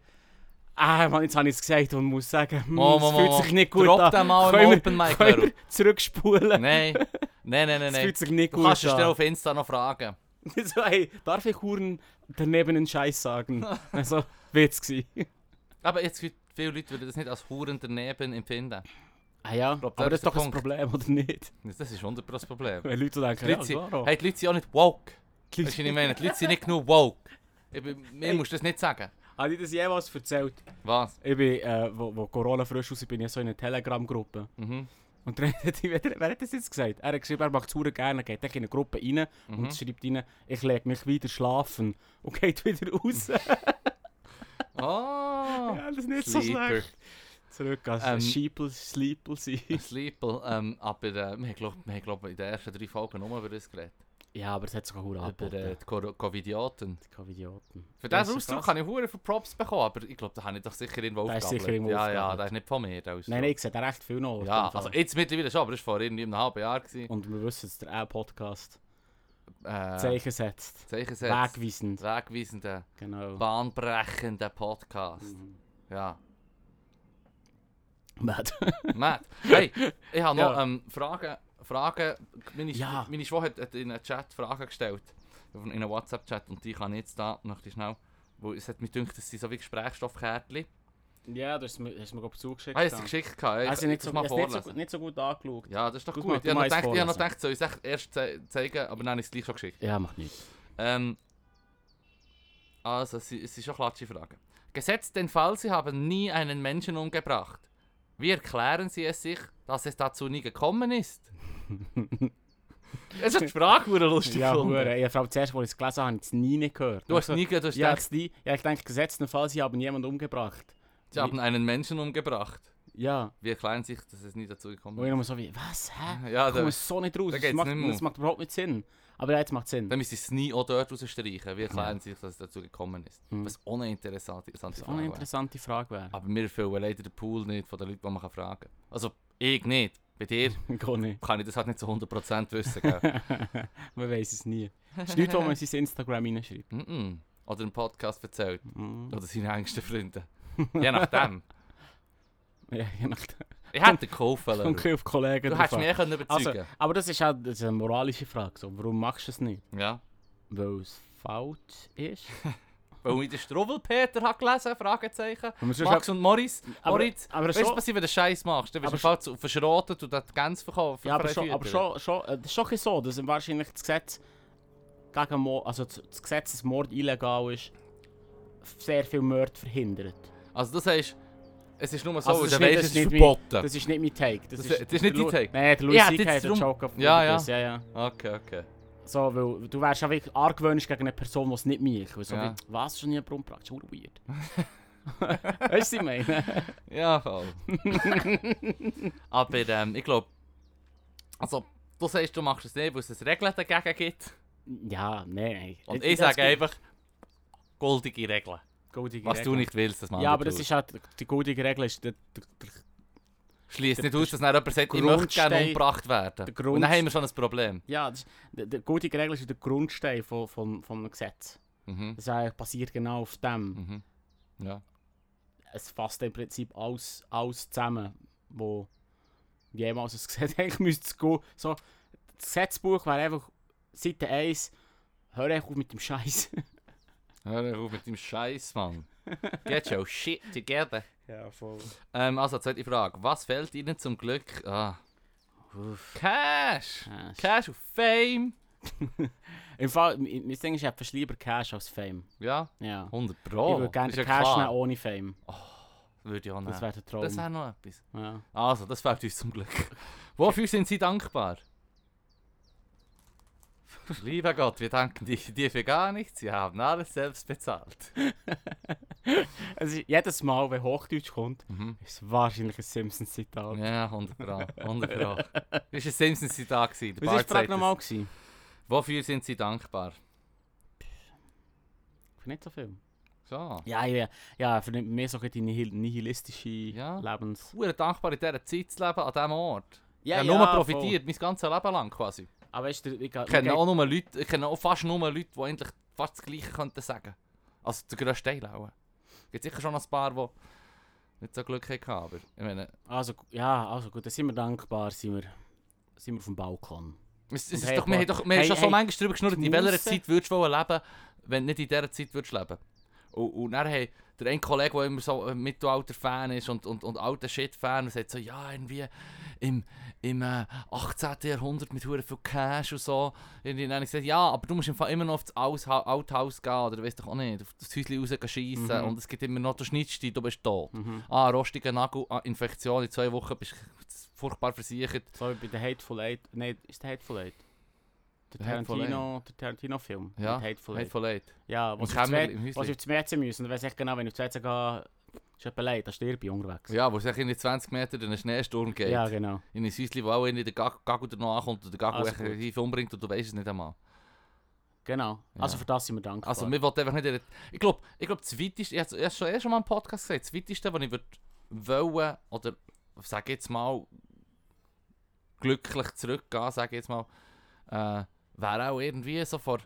A: Ah, Mann, jetzt habe ich es gesagt und muss sagen, hm,
B: Mo,
A: es
B: mo, mo,
A: fühlt
B: mo.
A: sich nicht gut
B: Drop
A: an.
B: den mal im
A: Können wir-
B: Open Mic,
A: können
B: Leru.
A: wir zurückspulen?
B: Nein, nein, nein, nein.
A: Es
B: nein.
A: fühlt sich nicht
B: Du
A: gut
B: kannst es dir
A: an.
B: auf Insta noch fragen.
A: so, hey, darf ich Huren daneben einen Scheiß sagen? also, Witz gewesen.
B: Aber jetzt gibt viele Leute würden das nicht als Huren daneben empfinden.
A: Ah ja,
B: glaub,
A: aber das
B: das
A: ist
B: ist der
A: doch ein
B: Punkt.
A: Problem, oder nicht?
B: Das ist 100% das Problem.
A: Wenn Leute denken,
B: Die
A: ja,
B: Leute, sind,
A: Garo.
B: hey, die Leute sind auch nicht woke.
A: Die
B: Weißt du, was ich
A: Leute-
B: meine? Die Leute sind nicht genug woke. Ich, bin- mir musst du das nicht sagen.
A: Habe ich das jemals erzählt?
B: dus Was?
A: Ich bin, äh, wo, wo Corona frisch aus, bin ich so in einer Telegram-Gruppe.
B: Mhm.
A: Und dann hat die- wer hat das jetzt gesagt? Er hat geschrieben, er macht es verdammt gerne, geht dann in eine Gruppe rein und schreibt rein, ich lege mich wieder schlafen und geht wieder raus.
B: Oh!
A: ja, das ist nicht so
B: Sleeper.
A: schlecht. Zurück als
B: Ähm,
A: ähm, Sheeple, Sleeple sein.
B: Sleeper. Ähm, aber äh, wir haben, glaub, wir haben glaub, in den ersten drei Folgen nur über das geredet.
A: Ja, aber es hat sogar verdammt
B: Über äh,
A: angeboten.
B: die Co- Covidioten.
A: Keine Idioten.
B: Für
A: Das
B: diesen
A: ist
B: Ausdruck
A: krass.
B: habe ich Huren für Props bekommen, aber ich glaube, da habe ich doch sicher irgendwo
A: Der ist
B: aufgegabelt.
A: sicher irgendwo
B: ja, ja,
A: aufgegabelt.
B: der ist nicht von mir. Der Ausdruck.
A: Nein, nein, ich sehe da recht viel noch.
B: Ja, also jetzt mittlerweile schon, aber das war vor irgendwie einem halben Jahr. Gewesen.
A: Und wir wissen, dass der A-Podcast
B: Äh,
A: Zeichen setzt.
B: Zeichen setzen.
A: Wegweisend.
B: Wegweisender,
A: Genau.
B: bahnbrechender Podcast. Ja.
A: Mad.
B: Matt, hey, ich habe noch
A: Ja.
B: ähm, Fragen. Fragen. Meine,
A: Ja.
B: meine Schwester hat, hat in einem Chat Fragen gestellt. auf- In einem WhatsApp-Chat. Und die kann ich jetzt da, möchte ich schnell. Wo es hat mich gedacht, das sind so wie Gesprächsstoffkärtchen.
A: ja, du hast mir, hast mir glaub ich, zugeschickt.
B: Ah, hast du
A: dann.
B: es geschickt gehabt? Ja, ich-
A: also nicht
B: ich
A: so,
B: muss
A: ich hab's nicht, so, gut- nicht so gut angeschaut.
B: Ja, das ist doch
A: Du
B: gut.
A: machst-
B: Ich
A: du
B: habe noch
A: machst
B: gedacht, ich habe noch
A: vorlesen.
B: gedacht, soll ich es echt erst ze- zeigen, aber dann habe ich es gleich schon geschickt.
A: Ja, macht nichts.
B: Ähm, also, es ist es ist schon klatsche Frage. Gesetzt den Fall, Sie haben nie einen Menschen umgebracht. Wie erklären Sie es sich, dass es dazu nie gekommen ist? es ist die Frage hure lustig.
A: Ja,
B: gefunden.
A: Hure. Ich habe zuerst, als ich es gelesen habe, ich es nie nicht gehört. Also,
B: Du hast nie ge- du hast
A: Ja,
B: gedacht,
A: jetzt nie. Ja, ich denke, gesetztenfalls, sie haben jemanden umgebracht.
B: Sie haben einen Menschen umgebracht.
A: Ja.
B: Wie erklären Sie sich, dass es nie dazu
A: Und
B: gekommen
A: ich
B: ist?
A: nur so wie, was, hä?
B: Ja,
A: Ich komme
B: dann,
A: so nicht raus.
B: da
A: Das
B: geht's
A: macht,
B: nicht mehr.
A: das macht überhaupt nicht Sinn. Aber ja, jetzt macht es Sinn.
B: dann müssen Sie es nie auch dort rausstreichen. Wie erklären Sie sich, dass es dazu gekommen ist?
A: Hm.
B: Was ohne interessante,
A: Das
B: interessante
A: ist auch eine
B: Frage wäre.
A: interessante Frage wäre.
B: Aber wir füllen leider den Pool nicht von den Leuten, die man kann fragen kann. Also, ich nicht. Bei dir
A: Gar nicht.
B: kann ich das halt nicht zu 100% wissen. Gell?
A: Man weiß es nie. Es ist nichts, wo man in sein Instagram reinschreibt.
B: mm -mm. Oder einen Podcast erzählt.
A: Mm.
B: Oder seine engsten Freunde. Je nachdem.
A: Ja, je nachdem.
B: Ich hätte geholfen.
A: Kommt ein
B: Leru.
A: bisschen auf die Kollegen
B: Du
A: drauf
B: hättest
A: an.
B: mich eh können überzeugen
A: Also,
B: können.
A: aber das ist auch das ist eine moralische Frage. So, warum machst du es nicht?
B: Ja.
A: Weil es falsch ist?
B: Weil ich den Struwelpeter habe gelesen Fragezeichen.
A: Weil man sonst-
B: Max und Moritz.
A: Aber-
B: Moritz,
A: aber
B: weißt du,
A: schon-
B: was ich, wenn du Scheiß machst? Dann wirst du
A: Aber
B: einfach verschroten und dann die Gänse verkaufen.
A: ja, aber schon,
B: verfüttern.
A: aber schon, schon, äh, das ist schon ein bisschen so, dass wahrscheinlich das Gesetz gegen Mord, also das das Gesetz, dass Mord illegal ist, sehr viel Mord verhindert.
B: Also, das heißt, es ist nur so,
A: Also,
B: also,
A: das
B: du
A: ist nicht- das
B: weißt, es
A: ist
B: ist
A: nicht mein-
B: verboten.
A: Das ist nicht mein Take.
B: Das- das ist nicht
A: der
B: dein
A: Lu-
B: Take?
A: Nein, der
B: Ja,
A: Louis
B: jetzt
A: C.K. hat einen
B: drum-
A: Joke auf
B: Ja,
A: das, ja, ja.
B: Okay, okay.
A: So, weil du wärst ja wirklich argwöhnisch gegen eine Person, die es nicht mich. Weil so
B: Ja.
A: wie, was, schon nie jemand umgebracht? Das ist verdammt weird. weißt du, was ich meine?
B: Ja, voll. Aber ähm, ich glaube, also du sagst, du machst es nicht, weil es Regeln dagegen gibt.
A: Ja, nein.
B: Und ich, sage einfach, goldige Regeln. Was du nicht willst, das machst
A: Ja, aber das ist halt die goldige Regel. Ist der, der, der,
B: Schließt nicht aus, dass dann jemand sagt, ich möchte
A: Grundstein-
B: gerne umgebracht werden.
A: der Grund-
B: Und dann haben wir schon ein Problem.
A: ja, das ist, der, der goldige Regel ist der Grundstein von, von, von einem Gesetz.
B: Mhm.
A: Das ist eigentlich passiert Dus genau auf dem.
B: Mhm. Ja.
A: Es fasst im Prinzip alles, alles zusammen, wo jemals ein Gesetz eigentlich müsste es gehen. So, das Gesetzbuch wäre einfach Seite 1, hör einfach auf mit dem Scheiß.
B: Hör auf mit dem Scheiß, Mann. Get your shit together.
A: Ja, voll.
B: Ähm, also, zweite Frage. Was fehlt Ihnen zum Glück? Ah. Cash! Cash und Fame!
A: Im Fall, mein mein Ding ist, ich hätte fast lieber Cash als Fame.
B: Ja,
A: Ja.
B: 100
A: ich
B: Pro.
A: würde gerne
B: Ist ja
A: den Cash
B: klar.
A: nehmen ohne Fame.
B: Oh, Würde ich auch
A: Das
B: nehmen.
A: wäre der Traum.
B: Das wäre noch etwas.
A: ja.
B: Also, das fehlt uns zum Glück. Wofür sind Sie dankbar? Lieber Gott, wir danken dir, dir für gar nichts. Sie haben alles selbst bezahlt.
A: Also, jedes Mal, wenn Hochdeutsch kommt,
B: Mhm.
A: ist es wahrscheinlich ein Simpsons-Zitat.
B: Ja, 100 Pro. 100 Pro. Das war ein Simpsons-Zitat. gewesen. Der
A: Was war die
B: Bart sagt
A: Frage
B: das.
A: nochmal? gewesen?
B: Wofür sind Sie dankbar?
A: Für nicht so viel.
B: So.
A: Ja, ja, ja, für mehr so die nihil nihilistische
B: Ja.
A: Lebens...
B: Hure dankbar in dieser Zeit zu leben, an diesem Ort.
A: Ja, Ah,
B: ich habe nur profitiert, mein ganzes Leben lang quasi.
A: Voll. Aber weißt du, ich, ich,
B: Ich kenne auch, nur Leute, ich kenne auch fast nur Leute, die eigentlich fast das Gleiche könnten sagen. Also der grösste Teil auch. Es gibt sicher schon noch ein paar, die nicht so Glück hatten, aber ich meine,
A: also, gu- ja, also gut, dann sind wir dankbar, sind wir, sind wir auf dem Balkon.
B: es, es
A: Und
B: ist
A: hey,
B: doch, wir haben, doch, wir
A: hey,
B: haben schon so
A: hey,
B: manchmal darüber geschnurrt, in
A: die
B: welcher
A: Musse.
B: Zeit würdest du wollen leben, wenn du nicht in dieser Zeit würdest leben und, und dann haben der ein Kollege, der immer so ein Mittelalter-Fan ist und, und, und alter Shit-Fan, der sagt so, ja, irgendwie im, im äh, 18. Jahrhundert mit hure viel Cash und so. Und dann habe ich gesagt, ja, aber du musst im Fall immer noch auf das Aus- Althaus gehen oder weißt doch auch nicht, auf das Häuschen rausschießen
A: Mhm.
B: und es gibt immer noch, du schneidest dich, du bist tot. Ah, rostiger Nagel, ah, Infektion, in zwei Wochen bist du furchtbar versichert.
A: So wie bei der Hateful Eight... Nein, ist der Hateful Eight? Der
B: Der Hateful
A: Tarantino... Der Tarantino-Film.
B: Ja,
A: mit Hateful Eight.
B: Hateful Eight.
A: Ja,
B: Im
A: was ich
B: Keller,
A: zwei-
B: im Häusli.
A: was ich auf die Metze müssen. Und dann weiss ich genau, wenn ich auf die Metze gehe, ist jemand leid, dann stirb ich unterwegs.
B: Ja, wo es eigentlich in 20 Meter in einen Schneesturm geht.
A: Ja, genau.
B: In ein Häuschen, wo auch in der Gag- Gagel danach ankommt und der Gagel
A: Also
B: also effektiv umbringt und du weißt es nicht einmal.
A: Genau. Also
B: Ja.
A: für das sind wir dankbar.
B: Also, wir wollten einfach nicht. in der- Ich glaube, ich glaub, das weiteste, ich habe es schon, eh schon mal im Podcast gesagt, das weiteste, was ich würd wollen oder sag jetzt mal, glücklich zurückgehen, sag jetzt mal, äh, wäre auch irgendwie so vor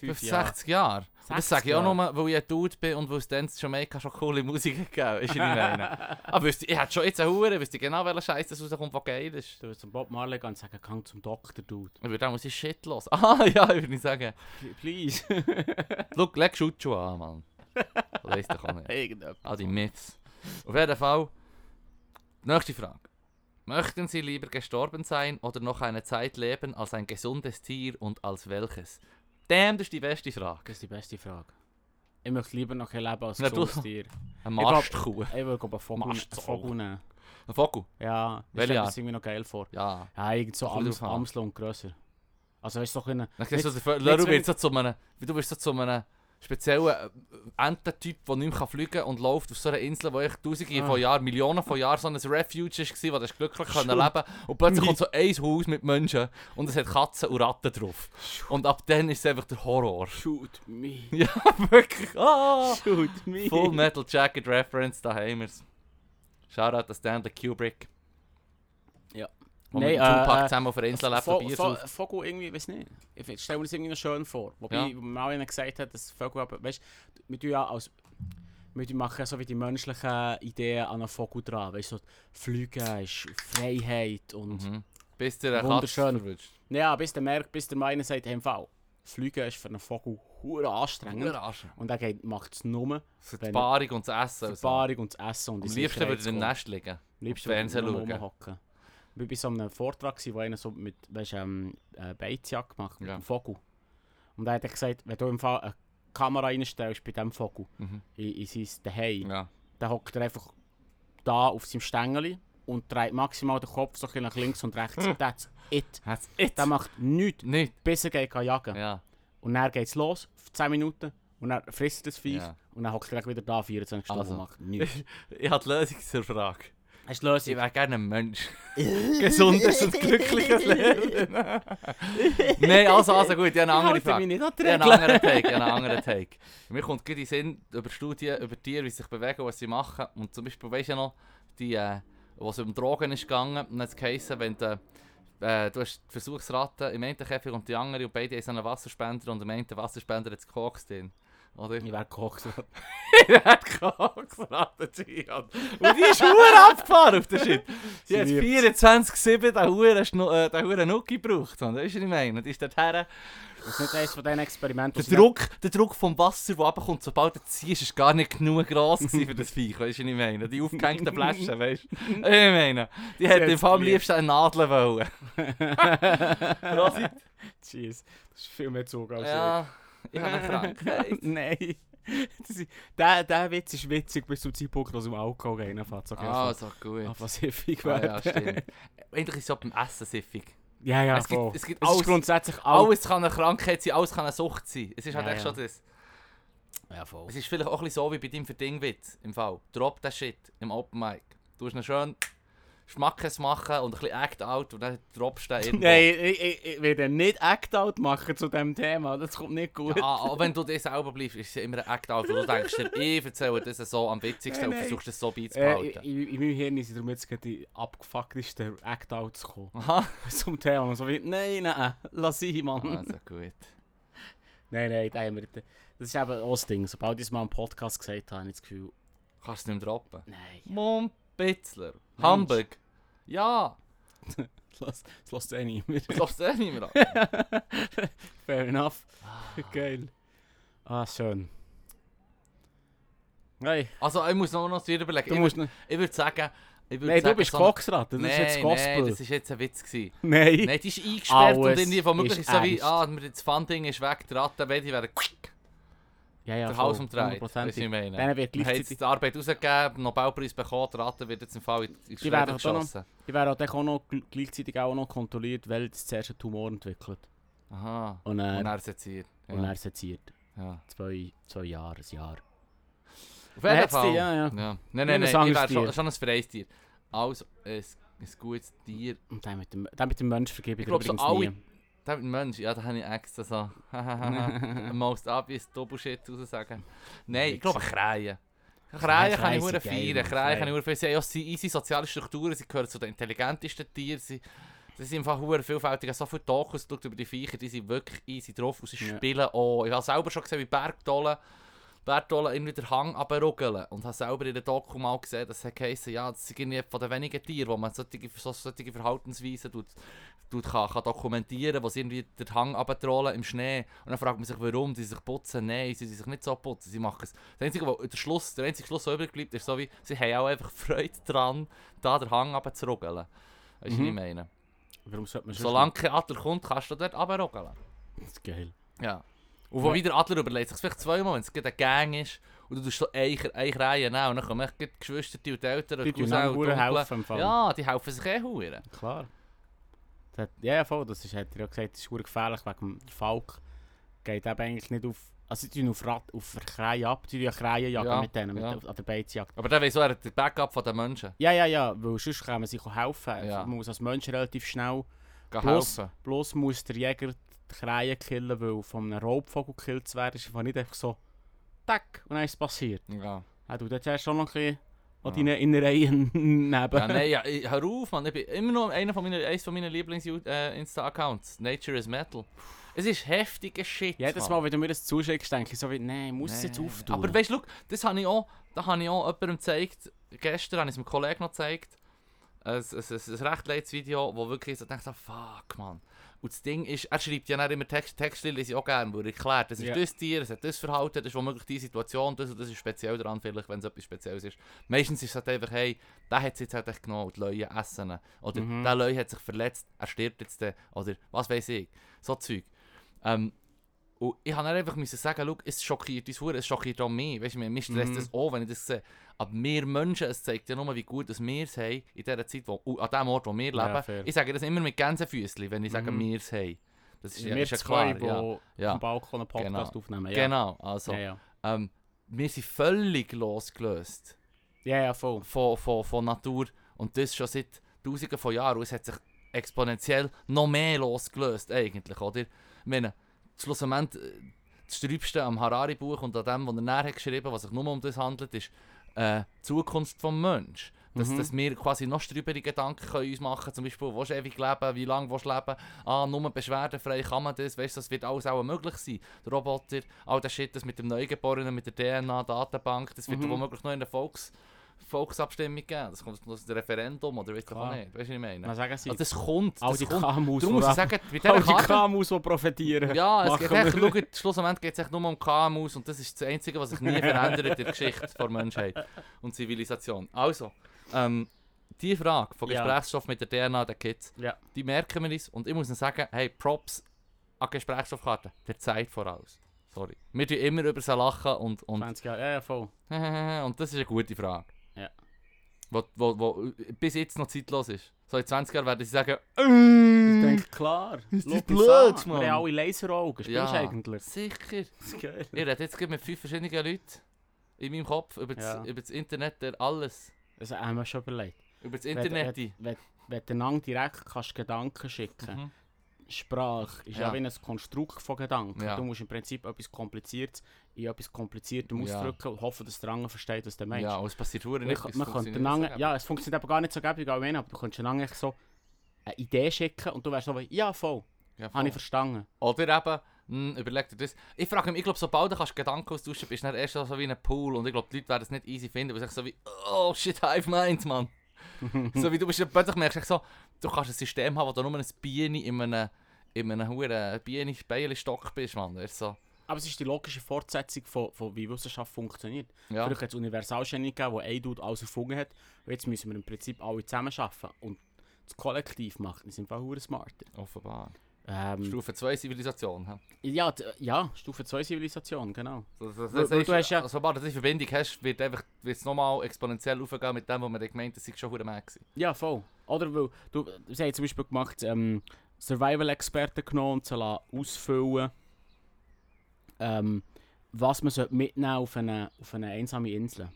B: 50, 60 Jahren. Und das sage ich auch nur, weil ich ein Dude bin und weil es dann in Jamaica schon coole Musik gegeben ist, ich meine. Aber wüsste- ich hätte schon jetzt eine Hure, wüsste genau, welcher Scheiß das rauskommt, der geil ist.
A: Du willst zum Bob Marley gehen und sagen, gang zum Doktor, Dude.
B: Ich würde auch mal sein Shit los. Ah ja, ich würde nicht sagen.
A: P- Please.
B: Look, leg Schutschuhe an, Mann. Weiss doch auch nicht. All die Myths. Auf jeden Fall. Nächste Frage. Möchten Sie lieber gestorben sein oder noch eine Zeit leben als ein gesundes Tier und als welches? Damn, das ist die beste Frage.
A: Das ist die beste Frage. Ich möchte lieber noch ein leben als
B: Na,
A: ein
B: du-
A: gesundes Tier.
B: Eine
A: glaub-
B: Mastkuh.
A: Ich will aber Vogel,
B: Machst du
A: einen Vogel nehmen.
B: Ein Vogel?
A: Ja, ich
B: Welches
A: stelle mir
B: Jahr?
A: das irgendwie noch geil vor.
B: Ja.
A: Ja, irgend so
B: Kommt
A: Ams,
B: drauf an.
A: Amsel und grösser. Also weißt du, so können...
B: Dann siehst du, der
A: nicht
B: Leru
A: so
B: wird so zu einem, wie du bist so zu einem speziellen äh, Ententyp, der nicht mehr fliegen kann und läuft auf so einer Insel, wo ich tausende
A: Ah.
B: von Jahren, Millionen von Jahren so ein Refuge war, wo du hast glücklich können
A: Stimmt.
B: leben Und plötzlich
A: Mie-
B: kommt so ein Haus mit Menschen und es hat Katzen und Ratten drauf. Und ab dann ist es einfach der Horror.
A: Shoot me.
B: Ja, wirklich. Ah!
A: Shoot me.
B: Full Metal Jacket Reference, da haben wir es. Shoutout an Stanley Kubrick.
A: Ja.
B: Wo
A: Nein,
B: mit
A: äh,
B: Tupac
A: äh,
B: zusammen auf einer Insel lebt und
A: Vo-
B: Bier
A: Vo-
B: sauft.
A: Vogel irgendwie, weiß nicht. Ich find- stell mir das irgendwie noch schön vor. Wobei
B: Ja.
A: ja. man auch ihnen gesagt hat, dass Vögel, aber weißt du, wir tun ja als. Wir tun machen so wie die menschlichen Ideen an einen Vogel dran. Weißt du, so Fliegen ist Freiheit und.
B: Mhm. Bis der eine Katze
A: Wunderschön.
B: verwünscht.
A: Ja, bis der merkt, bis der Meine sagt, hey, im Fall, Fliegen ist für einen Vogel hure anstrengend.
B: Arsch.
A: Und er geht, macht es nur
B: Für die
A: Mhm. Wenn-
B: Paarung und das Essen.
A: für
B: und
A: die
B: so.
A: Paarung und das Essen. Und
B: Am liebsten würde ich im Nest liegen.
A: Liebst
B: Fernsehen schauen.
A: rumhocken. Ich war bei so einem Vortrag, gewesen, wo einer so mit weißt, ähm, äh, Beizjagd gemacht mit
B: Ja.
A: dem Vogel. Und er hat gesagt, wenn du im Fall eine Kamera reinstellst bei diesem Vogel
B: Mhm.
A: in, in sein Zuhause,
B: Ja.
A: dann hockt er einfach da auf seinem Stängeli und dreht maximal den Kopf so ein bisschen nach links und rechts. That's it.
B: Hat's it?
A: Der macht nichts,
B: Nicht.
A: bis er geht kann jagen
B: Ja.
A: Und dann geht es los, 10 Minuten, und dann frisst das Viech
B: Ja.
A: und dann hockt er gleich wieder da 24 Stunden
B: Also.
A: und macht nichts.
B: Ich habe die Lösung zur Frage.
A: Hast du die
B: Ich
A: Lösung?
B: wäre gerne ein Mensch. Gesundes und glückliches Leben. Nein, also, also gut, ich habe eine andere
A: Ich halte mich
B: Frage.
A: nicht an die
B: Ich habe einen
A: Regeln.
B: anderen Take, ich habe einen anderen Take. Mir kommt gerade in den Sinn über Studien, über Tiere, wie sie sich bewegen, was sie machen. nou, eh, Und zum Beispiel, weißt du ja noch, die, äh, was um Drogen ist gegangen, und es geheißen, wenn du, äh, du hast die Versuchsratte im einen Käfig und die andere und beide haben so einen Wasserspender und im einen Wasserspender hat es Koks drin. Oder?
A: Ich wäre gekocht.
B: Er hat Koksratte, Gian. Und die ist hure abgefahren auf der Shit. Die
A: Sie
B: hat
A: liebt's.
B: 24-7 den hure Schnu- äh, den hure Nuki gebraucht. Und das ist, was ich meine. Und die ist dort her.
A: Das ist nicht eines von diesen Experimenten.
B: Der
A: wo sie
B: Druck, der Druck vom Wasser, der runterkommt, sobald du ziehst, ist gar nicht genug gross gewesen für das Viech. Weißt du, was ich meine? Die aufgehängten Flaschen, weißt du? Ich meine, die hätte
A: hat's
B: im Fall am
A: geliebt.
B: liebsten eine Nadel wollen. Rosi,
A: dann- Jeez, das ist viel mehr Zug als
B: ja, ich habe einen Frank.
A: Nein. Das ist, der, der Witz ist witzig bis zum Zeitpunkt, wo es um Alkohol reinfährt. So
B: Ah, so gut.
A: was hiffig
B: Ah,
A: werden.
B: ja, stimmt. Endlich ist es auch beim Essen siffig.
A: ja, ja,
B: Es gibt-
A: voll.
B: es gibt
A: ist
B: alles-
A: grundsätzlich alles.
B: Alles kann eine Krankheit sein, alles kann eine Sucht sein. Es ist halt
A: Ja,
B: echt
A: ja.
B: schon das.
A: Ja, voll.
B: Es ist vielleicht auch ein bisschen so wie bei deinem Verdingwitz im Fall. Drop den Shit im Open Mic. Du hast ihn schön Schmackes machen und ein bisschen Act out und dann droppst du den irgendwo.
A: Nein, ich, ich, ich werde nicht Act-Out machen zu diesem Thema. Das kommt nicht gut.
B: Ah, auch wenn du dir selber bleibst, ist es ja immer ein Act out, wo du denkst, dir, ich erzähle das so am
A: Nein,
B: witzigsten und
A: nein.
B: versuchst es so
A: Äh,
B: beizubehalten.
A: in, in meinem Hirn sind darum jetzt gerade die abgefucktesten Act-Outs gekommen.
B: Aha.
A: Zum Thema. So wie, nein, nein, lass ihn, Mann.
B: Also gut.
A: Nein, nein, da haben wir, das ist eben auch das Ding. Sobald ich es mal im Podcast gesagt habe, habe ich das Gefühl,
B: Kannst du nicht mehr droppen?
A: nein,
B: Mumpitzler. Hamburg. Ja.
A: lass, das lässt eh niemand.
B: Das lässt eh nicht mehr an.
A: Fair enough. Geil. Ah, schön. Nein,
B: Also ich muss noch noch wieder überlegen.
A: du
B: Ich
A: musst nicht.
B: Ich würde sagen, ich würde
A: Nein,
B: sagen,
A: du bist
B: so-
A: Koksratte, das ist
B: Nein,
A: jetzt
B: Nein, das
A: Gospel.
B: ist jetzt ein Witz gewesen.
A: Nein.
B: Nein, die ist eingesperrt und
A: Alles
B: irgendwie womöglich
A: ist
B: so wie,
A: ernst.
B: ah, wir- das Funding ist weg, die Ratten, beide werden
A: Ja, ja,
B: der
A: voll,
B: Haus umdreht. Weißt du, was ich
A: hundertprozentig.
B: meine?
A: Denen wird
B: Wir haben
A: gleichzeitig...
B: jetzt die Arbeit rausgegeben, Nobelpreis bekommen, die Ratte wird jetzt im Fall in die
A: werden
B: Schwede
A: doch da noch-
B: geschossen.
A: Ich werde halt auch noch gl- gleichzeitig auch noch kontrolliert, weil das zuerst einen Tumor entwickelt.
B: Aha.
A: Und er,
B: Und
A: und
B: er ist jetzt hier. Ja.
A: er seziert.
B: ja.
A: Zwei, zwei Jahre, ein Jahr.
B: Auf
A: Er
B: jeden
A: hat's
B: Fall.
A: die- ja, ja.
B: Nein, nein,
A: Nimm
B: nein,
A: ein
B: ich
A: anderes
B: wäre schon,
A: Tier.
B: schon ein freies Tier. Also, ein, ein gutes Tier.
A: Und dann mit dem, dann mit dem Mensch vergebe ich,
B: Ich glaub, so
A: übrigens
B: alle-
A: nie.
B: Der Mensch, ja, da habe ich extra so. Most obvious Doppelshit raussagen. Nein, ich glaube Kreien. Kreien
A: Kreien
B: kann
A: sind
B: ich hure
A: geil,
B: feiern.
A: Mann,
B: Kreien kann
A: Kreien.
B: ich hure feiern. Sie haben auch sie- easy soziale Strukturen, sie gehören zu den intelligentesten Tieren. Sie, sie sind einfach hure vielfältig. Ich habe so viele Dokus geschaut über die Viecher, die sind wirklich easy drauf und sie
A: Ja.
B: spielen auch. Ich habe selber schon gesehen, wie Bergdollen Bergdollen irgendwie den Hang runterruggeln. Und habe selber in der Doku mal gesehen, dass es heisst, ja, das sind irgendwie von den wenigen Tieren, wo man solche, so, solche Verhaltensweisen tut tut, kann, kann dokumentieren, wo sie irgendwie den Hang runterrollen im Schnee. Und dann fragt man sich, warum sie sich putzen. Nein, sie sie sich nicht so putzen, sie machen es. Das einzige, wo, der, Schluss, der einzige Schluss, der übrig bleibt, ist so wie, sie haben auch einfach Freude dran, da den Hang runterzuruggeln. Weißt du, was ich
A: Mhm.
B: meine?
A: Warum sollte man schon...
B: Solange kein Adler kommt, kannst du dort runterruggeln.
A: Das ist geil.
B: Ja. Und wo wieder Adler überlegt sich vielleicht zweimal, wenn es gerade eine Gang ist und du tust so eine, eine Reihe nehmen und dann kommen echt gerade die Geschwister und die Eltern und
A: Die tun
B: Cousins
A: einem
B: und
A: verdammt
B: Onkel.
A: helfen im Fall.
B: Ja, die helfen sich eh hure.
A: Klar. Das hat, ja, ja, voll. Das ist, hat er ja gesagt, das ist verdammt gefährlich wegen dem Falk. Geht eben eigentlich nicht auf... Also die tun auf, Rat, auf Kreien ab, die tun ja Kreien jagen
B: Ja,
A: mit denen, mit
B: ja.
A: der- an der Beizjagd.
B: Aber der weiss auch, er hat den Backup von den Menschen.
A: Ja, ja, ja, weil sonst kann man sich auch helfen.
B: Ja.
A: Man muss als Mensch relativ schnell...
B: Geh
A: Plus-
B: helfen.
A: Bloß muss der Jäger die Kreien killen, weil von einem Raubvogel gekillt zu werden, ist einfach nicht einfach so... Tack! Und dann ist es passiert.
B: Ja.
A: Ja, du, dort hast schon noch ein
B: Ja.
A: bisschen ja. eh, in der Reihe neben.
B: Ja, nein, ja, ich, hör auf, Mann. Ich bin immer noch einer von meiner, eines von meiner Lieblings-Insta-Accounts. Nature is Metal. Es ist heftiger Shit.
A: Jedes
B: Mann.
A: Mal, wenn du mir das zuschickst, denke ich so wie, nein, ich muss es jetzt
B: Nein.
A: auftun.
B: Aber weißt du, schau, das habe ich auch, da habe ich auch jemandem gezeigt. Gestern habe ich es einem Kollegen noch gezeigt. Ein, ein, ein, ein recht leites Video, wo wirklich so denkt, fuck, Mann. Und das Ding ist, er schreibt ja dann immer Text, Texte, lese ich auch gerne, wo er erklärt, das ist
A: Ja.
B: das Tier, es hat das Verhalten, das ist womöglich die Situation, das und das ist speziell daran, vielleicht, wenn es etwas Spezielles ist. Meistens ist es halt einfach, hey, der hat es jetzt halt echt genommen, und die Leute essen ihn. Oder
A: Mhm.
B: der Leute hat sich verletzt, er stirbt jetzt dann. Oder was weiß ich. So Zeug. Ähm, und ich habe dann einfach müssen sagen, schau, es schockiert uns Hure, es schockiert auch mich. Weißt du, mir mich stresst
A: Mhm.
B: das auch, wenn ich das sehe. Aber wir Menschen, es zeigt ja nur, wie gut dass wir es haben in dieser Zeit, wo, und an dem Ort, wo wir leben.
A: Ja, fair.
B: ich sage das immer mit Gänsefüßchen, wenn ich sage,
A: Mhm.
B: wir es haben. Das ist ja,
A: wir
B: ist ja
A: zwei,
B: klar.
A: die
B: Ja.
A: auf
B: Ja.
A: dem Balkon einen Podcast
B: Genau.
A: aufnehmen. Ja.
B: Genau, also.
A: Ja, ja.
B: Ähm, wir sind völlig losgelöst
A: ja, ja, voll.
B: von, von, von Natur und das schon seit tausenden von Jahren. Und es hat sich exponentiell noch mehr losgelöst eigentlich, oder? Ich meine, schlussendlich, äh, das Sträubste am Harari-Buch und an dem, was er näher hat geschrieben was sich nur um das handelt, ist äh, die Zukunft des Menschen. Dass,
A: Mhm.
B: dass wir quasi noch strübere Gedanken können uns machen können. Zum Beispiel, wo du ewig leben, wie lange willst du leben. Ah, nur beschwerdefrei kann man das. Weißt du, das wird alles auch möglich sein. Der Roboter, all der Shit, das mit dem Neugeborenen, mit der DNA-Datenbank, das wird
A: Mhm.
B: womöglich noch in der Volks Volksabstimmung geben. Das kommt aus dem Referendum oder weißt du auch
A: Klar.
B: nicht. Weißt du, was ich meine?
A: Man sagen sie,
B: Also das kommt,
A: all
B: das
A: die
B: kommt.
A: KMUs,
B: Darum muss ich
A: die-
B: sagen, bei dieser
A: all die
B: Karte...
A: KMUs, die profitieren.
B: Ja, es
A: machen
B: geht echt,
A: wir.
B: schaut, schlussendlich geht es echt nur um KMUs und das ist das Einzige, was sich nie verändert in der Geschichte der Menschheit und Zivilisation. Also, ähm, die Frage von
A: Ja.
B: Gesprächsstoff mit der DNA der Kids,
A: Ja.
B: die merken wir uns und ich muss ihnen sagen, hey, Props an Gesprächsstoffkarten, der Zeit voraus. Sorry. Wir tun immer über sie lachen und, und
A: 20 Jahre, ja, ja, voll.
B: und das ist eine gute Frage.
A: Ja.
B: Wo, wo, wo bis jetzt noch zeitlos ist. So in 20 Jahren werden sie sagen,
A: Ich
B: «Ähm,
A: denke, klar.
B: Ist das
A: schau uns
B: blöd,
A: an.
B: Mann?
A: Wir haben alle Laseraugen, spielst
B: Ja.
A: du eigentlich?
B: sicher.
A: Das ist geil.
B: Ich rede jetzt gerade mit fünf verschiedenen Leuten in meinem Kopf über das,
A: Ja.
B: über das Internet, der alles.
A: Das haben wir schon überlegt.
B: Über das
A: Wenn-
B: Internet.
A: Wenn, wenn, wenn du einander direkt kannst Gedanken schicken
B: Mhm.
A: Sprache ist ja.
B: Ja.
A: wie ein Konstrukt von Gedanken.
B: Ja.
A: Du musst im Prinzip etwas Kompliziertes in etwas Kompliziertem
B: Ja.
A: ausdrücken und hoffen, dass der andere versteht, was du meinst.
B: Ja, und es passiert hure
A: Man
B: nicht.
A: kann-
B: es
A: man
B: funktioniert
A: könnte lange,
B: nicht.
A: ja, es funktioniert aber gar nicht so gäbig, wie ich meine, aber du könntest lange so eine Idee schicken und du wärst so wie, ja voll,
B: Ja, voll.
A: habe ich verstanden.
B: Oder eben, mh, überleg dir das. Ich frage mich, ich glaube, sobald du kannst Gedanken austauschen bist du dann erst so wie in einem Pool. Und ich glaube, die Leute werden es nicht easy finden, weil sie echt so wie, oh shit, Hive Mind, Mann. so wie du bist, plötzlich merkst du echt so, du kannst ein System haben, wo du nur eine Biene in einem, in einem huren Biene-Speilstock bist, Mann. Weißt du, so.
A: Aber es ist die logische Fortsetzung von, von wie Wissenschaft funktioniert.
B: Ja.
A: Früher hat es Universalgenie gegeben, wo ein Dude alles erfunden hat. Und jetzt müssen wir im Prinzip alle zusammen arbeiten. Und das Kollektiv macht uns im Fall verdammt smarter.
B: Offenbar.
A: Ähm,
B: Stufe 2 Zivilisation. hä?
A: ja, d- ja, Stufe 2 Zivilisation, genau.
B: Das, das,
A: Weil-
B: das
A: weil
B: ist,
A: du hast ja-
B: also, sobald du die Verbindung hast, wird einfach wird's nochmal exponentiell aufgehen mit dem, was man dann gemeint hat, es sei schon verdammt mehr gewesen.
A: Ja, voll. Oder weil, du, sie haben zum Beispiel gemacht, ähm, Survival-Experten genommen und sie lassen ausfüllen, ähm, was man sollte mitnehmen auf eine, auf eine einsame Insel.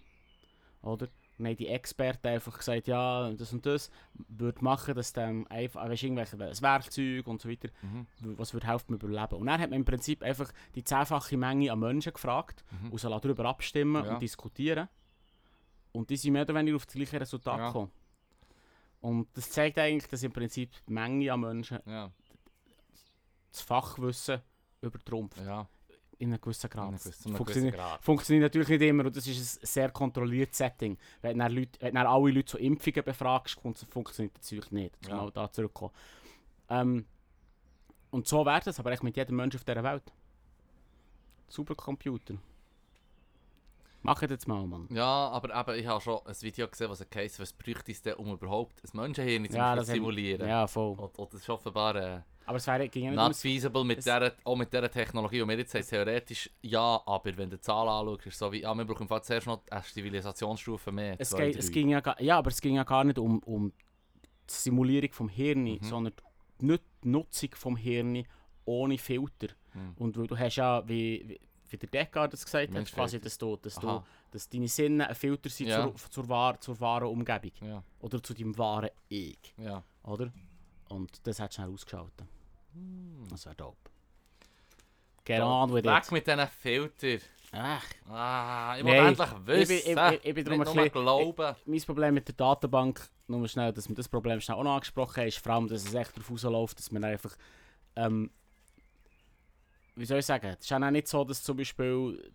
A: Oder? Und dann haben die Experten einfach gesagt, ja, das und das würde machen, dass dem einfach, ah, weißt, irgendwelche ein Werkzeug und so weiter,
B: Mhm.
A: was würde helfen, beim überleben. Und dann hat man im Prinzip einfach die zehnfache Menge an Menschen gefragt
B: Mhm.
A: und sie lassen darüber abstimmen
B: Ja.
A: und diskutieren. Und die sind mehr oder weniger auf das gleiche Resultat
B: Ja.
A: gekommen. Und das zeigt eigentlich, dass im Prinzip die Menge an Menschen
B: Ja,
A: das Fachwissen übertrumpft.
B: ja.
A: In einem gewissen
B: in
A: Grad.
B: einem
A: Das
B: gewissen- in einem
A: funktioniert-
B: gewissen Grad.
A: Funktioniert natürlich nicht immer und das ist ein sehr kontrolliertes Setting. Wenn du dann Leute, wenn du dann alle Leute zu Impfungen befragst, fun- funktioniert das Zeug nicht.
B: Ja.
A: Genau da zurückkommen. Ähm, und so wäre das aber echt mit jedem Menschen auf dieser Welt. Supercomputer. Mach das jetzt mal, Mann.
B: Ja, aber eben, ich habe schon ein Video gesehen, was ein Case, was bräuchte es denn, um überhaupt ein Menschenhirn zum
A: Ja,
B: Beispiel
A: das
B: zu
A: haben-
B: simulieren?
A: Ja, voll.
B: Und, und das ist offenbar äh,
A: Aber es wäre gegen
B: not feasible mit
A: es-
B: dieser, auch mit dieser Technologie, die wir jetzt haben. Theoretisch ja, aber wenn du die Zahlen anschaust, ist es so wie, ja, wir brauchen im Fall zuerst noch eine Zivilisationsstufe mehr.
A: es,
B: zwei,
A: geht, es
B: drei.
A: ging ja, gar- ja, aber es ging ja gar nicht um, um die Simulierung vom Hirn,
B: Mhm.
A: sondern nicht die Nutzung vom Hirn ohne Filter.
B: Mhm.
A: Und weil du hast ja, wie, wie, wie der Deckard das gesagt hat,
B: Mensch,
A: quasi,
B: Filter.
A: dass, du, dass, du,
B: Aha.
A: dass deine Sinne ein Filter sind
B: Ja.
A: zur, zur, wahr, zur wahren Umgebung
B: Ja,
A: oder zu deinem wahren Ich,
B: ja.
A: oder? Und das hat schnell ausgeschaltet. Das wäre dope. Get on with
B: Hm. Weg
A: it.
B: mit diesen Filtern.
A: Ach.
B: Ah, ich muss
A: Nee,
B: endlich wissen.
A: ich bin- ich- ich bin drum
B: Nicht
A: ein
B: nur
A: bisschen-
B: glauben.
A: mein Problem mit der Datenbank, nur schnell, dass wir das Problem schnell auch noch angesprochen haben, ist vor allem, dass es echt darauf rausläuft, dass man einfach. Ähm, wie soll ich sagen? Es ist ja auch nicht so, dass zum Beispiel.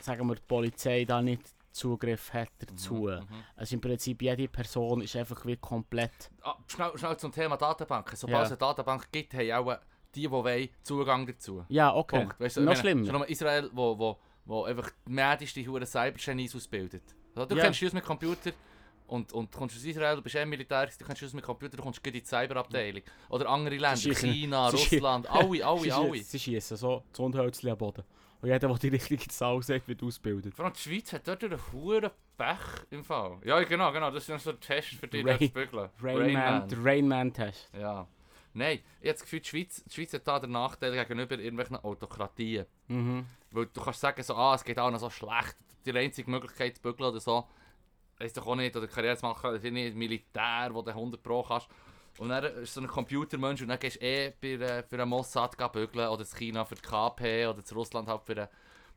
A: sagen wir, die Polizei da nicht Zugriff hat dazu.
B: mhm.
A: Also im Prinzip jede Person ist einfach wie komplett.
B: Ah, schnell, schnell zum Thema Datenbanken. Sobald
A: eh, Ja.
B: es eine Datenbank gibt, haben auch äh, die, die wollen, Zugang dazu.
A: Ja, okay.
B: Punkt. Weißt du,
A: noch
B: ich meine,
A: schlimmer.
B: Schon mal Israel, wo, wo, wo einfach die mädeste Hure Cybergenies ausbildet. Also, du
A: Ja.
B: kennst uns mit Computer und, und kommst aus Israel, du bist eh Militär, gewesen, du kennst uns mit Computer, du kommst gleich in die Cyberabteilung. Oder andere Länder,
A: schiessen-
B: China,
A: sie schie-
B: Russland, alle,
A: sie,
B: alle,
A: schie-
B: alle.
A: sie schießen so das Hundhölzchen am Boden. Und jeder, der die richtige Zahl sagt, wird ausgebildet.
B: Vor allem die Schweiz hat dort einen hohen Pech im Fall. Ja, nou, genau, genau. Das ist dann so ein Test für dich, dort
A: Rain-
B: zu bügeln.
A: Rain,
B: Rain
A: Man,
B: Man.
A: Der Rain Man-Test.
B: Ja. Nein, ich habe das Gefühl, die Schweiz, die Schweiz hat da den Nachteil gegenüber irgendwelchen Autokratien.
A: Mhm.
B: Weil du kannst sagen, so, ah, es geht auch noch so schlecht. Die einzige Möglichkeit zu bügeln oder so, weiß doch auch nicht, oder Karriere zu machen, ist nicht Militär, wo du 100 Pro kannst. Und dann ist so ein Computermensch und dann gehst du eh bei, äh, für einen Mossad bügeln oder zu China für die KP oder zu Russland halt für den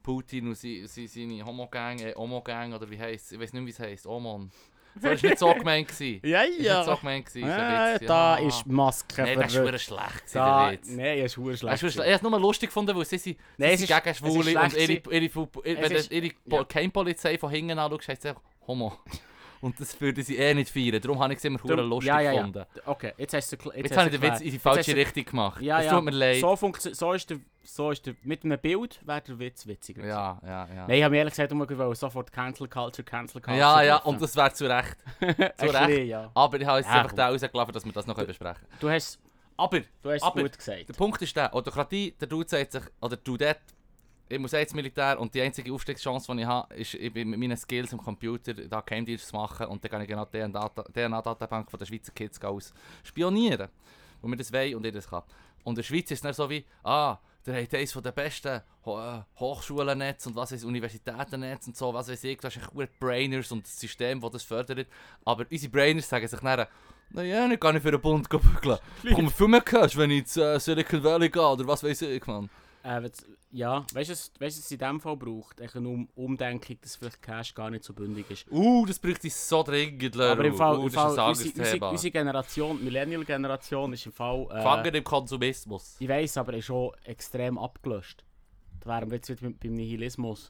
B: Putin und sie, sie, seine Homogang, äh, Homogang oder wie heisst Ich weiß nicht, wie es heisst. Omon. Das war nicht so gemeint. gewesen.
A: Ja,
B: Das war
A: ja.
B: nicht so gemeint. gewesen, so ein
A: Äh,
B: bisschen,
A: da
B: ja.
A: ist Maske
B: Nein, das war
A: verrückt.
B: verdammt schlecht, gewesen,
A: Da-
B: der Witz.
A: Nein, er ist verdammt
B: Weißt du,
A: schlecht.
B: Ich habe es nur lustig gefunden, weil sie, sie,
A: Nein,
B: sie
A: es
B: sind
A: ist-
B: gegen
A: es ist
B: Schwule
A: schlecht
B: und ihre, ihre, Pu-
A: Es
B: wenn
A: ist-
B: du ihre
A: ja.
B: ja. Keimpolizei von hinten anschaust, heißt es einfach Homo. Und das würden sie eh nicht feiern. Darum habe ich es immer hure
A: Darum-
B: lustig
A: ja, ja, ja.
B: gefunden.
A: Okay, jetzt hast du es erkl-
B: Jetzt,
A: hast
B: habe
A: du
B: ich den
A: erklärt.
B: Witz in die
A: Jetzt hast
B: falsche
A: du-
B: Richtung gemacht.
A: Ja,
B: es
A: ja.
B: tut mir leid.
A: So, funktio- so ist der, so ist der, mit einem Bild wäre der Witz witziger. gewesen.
B: ja, ja, ja.
A: Nein, ich habe mir ehrlich gesagt immer gewollt, sofort Cancel Culture, Cancel Culture.
B: ja, ja,
A: rufen.
B: und das wäre zu Recht.
A: Ein
B: zu Recht.
A: bisschen, ja.
B: Aber ich habe jetzt
A: Ja,
B: einfach da rausgelaufen, dass wir das noch besprechen können.
A: Du hast
B: Aber
A: du hast es
B: Aber-
A: gut gesagt.
B: der Punkt ist der, Autokratie, der Dude sagt sich, oder du dort, ich muss jetzt Militär und die einzige Aufstiegschance, die ich habe, ist, ich bin mit meinen Skills am Computer da Geheimdienst zu machen und dann kann ich genau die DNA-Data- DNA-Datenbank von der Schweizer Kids gehen aus spionieren. Wo wir das wollen und ich das kann. Und in der Schweiz ist es dann so wie, ah, der hat eines der besten Ho äh, Hochschulennetz und was ist Universitätennetz und so, was weiß ich, das ist ein Brainers und das System, das das fördert. Aber unsere Brainers sagen sich dann, naja, ich kann nicht für den Bund bügeln. Komm, viel mehr Cash, wenn ich zu äh, Silicon Valley gehe oder was weiß ich, Mann.
A: Äh, wenn's- ja, weißt du, was- weißt du, was es in diesem Fall braucht? Echt Eine um Umdenkung, dass vielleicht Cash gar nicht so bündig ist.
B: Uh, das bräuchte ich so dringend, Leru.
A: Aber im Fall,
B: uh,
A: im
B: das ist ein
A: Fall
B: anderes
A: unsere, unsere,
B: Thema.
A: unsere Generation, Millennial-Generation, ist im Fall. Äh,
B: Gefangen im Konsumismus.
A: Ich weiß, aber er ist schon extrem abgelöscht. Da wären wir jetzt wieder beim- beim Nihilismus.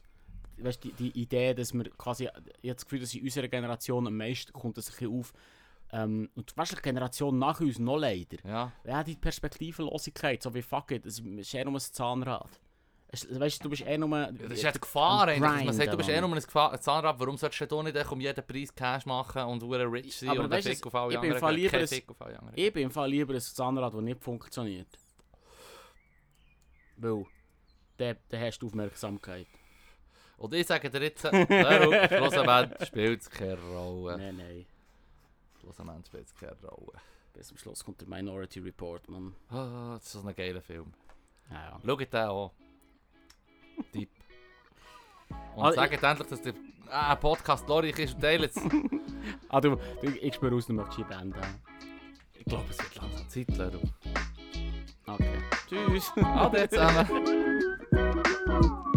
A: Weißt, die, die Idee, dass wir quasi, ich habe das Gefühl, dass in unserer Generation am meisten kommt das ein bisschen auf. Ähm, und wahrscheinlich die Generation nach uns noch leider.
B: Ja.
A: Ja, die Perspektivenlosigkeit, so wie fuck it, es ist eher nur ein Zahnrad. Es- Weißt du, du bist eh nur.
B: Ja, Das ist echt die Gefahr, eigentlich. dass Man
A: Grind,
B: sagt, du bist eh
A: Mann.
B: nur ein Gefahr- ein Zahnrad, warum sollst du da nicht echt um jeden Preis Cash machen und hure rich sein
A: Aber
B: und ein
A: weißt du,
B: Fick auf alle
A: ich bin im
B: anderen?
A: Fall lieber
B: Kein
A: ein-
B: Fick auf alle anderen.
A: Ich bin im Fall lieber ein Zahnrad, das nicht funktioniert. Weil, dann dann hast du Aufmerksamkeit.
B: Und ich sage dir jetzt, Leru, schlussendlich spielt es keine Rolle.
A: Nein, nein.
B: Schlussendlich spielt es keine Rolle.
A: Bis zum Schluss kommt der Minority Report, Mann.
B: Ah, das ist so ein geiler Film.
A: Ah, Ja, ja.
B: Schaut den an. Typ. Und
A: Also,
B: sagt endlich, dass der ah, Podcast lorich ist und teilt es.
A: Ah, du, du ich spüre aus, du möchtest hier beenden.
B: Ich glaube, es wird langsam Zeit, Leru.
A: Okay. Tschüss.
B: Ade zusammen.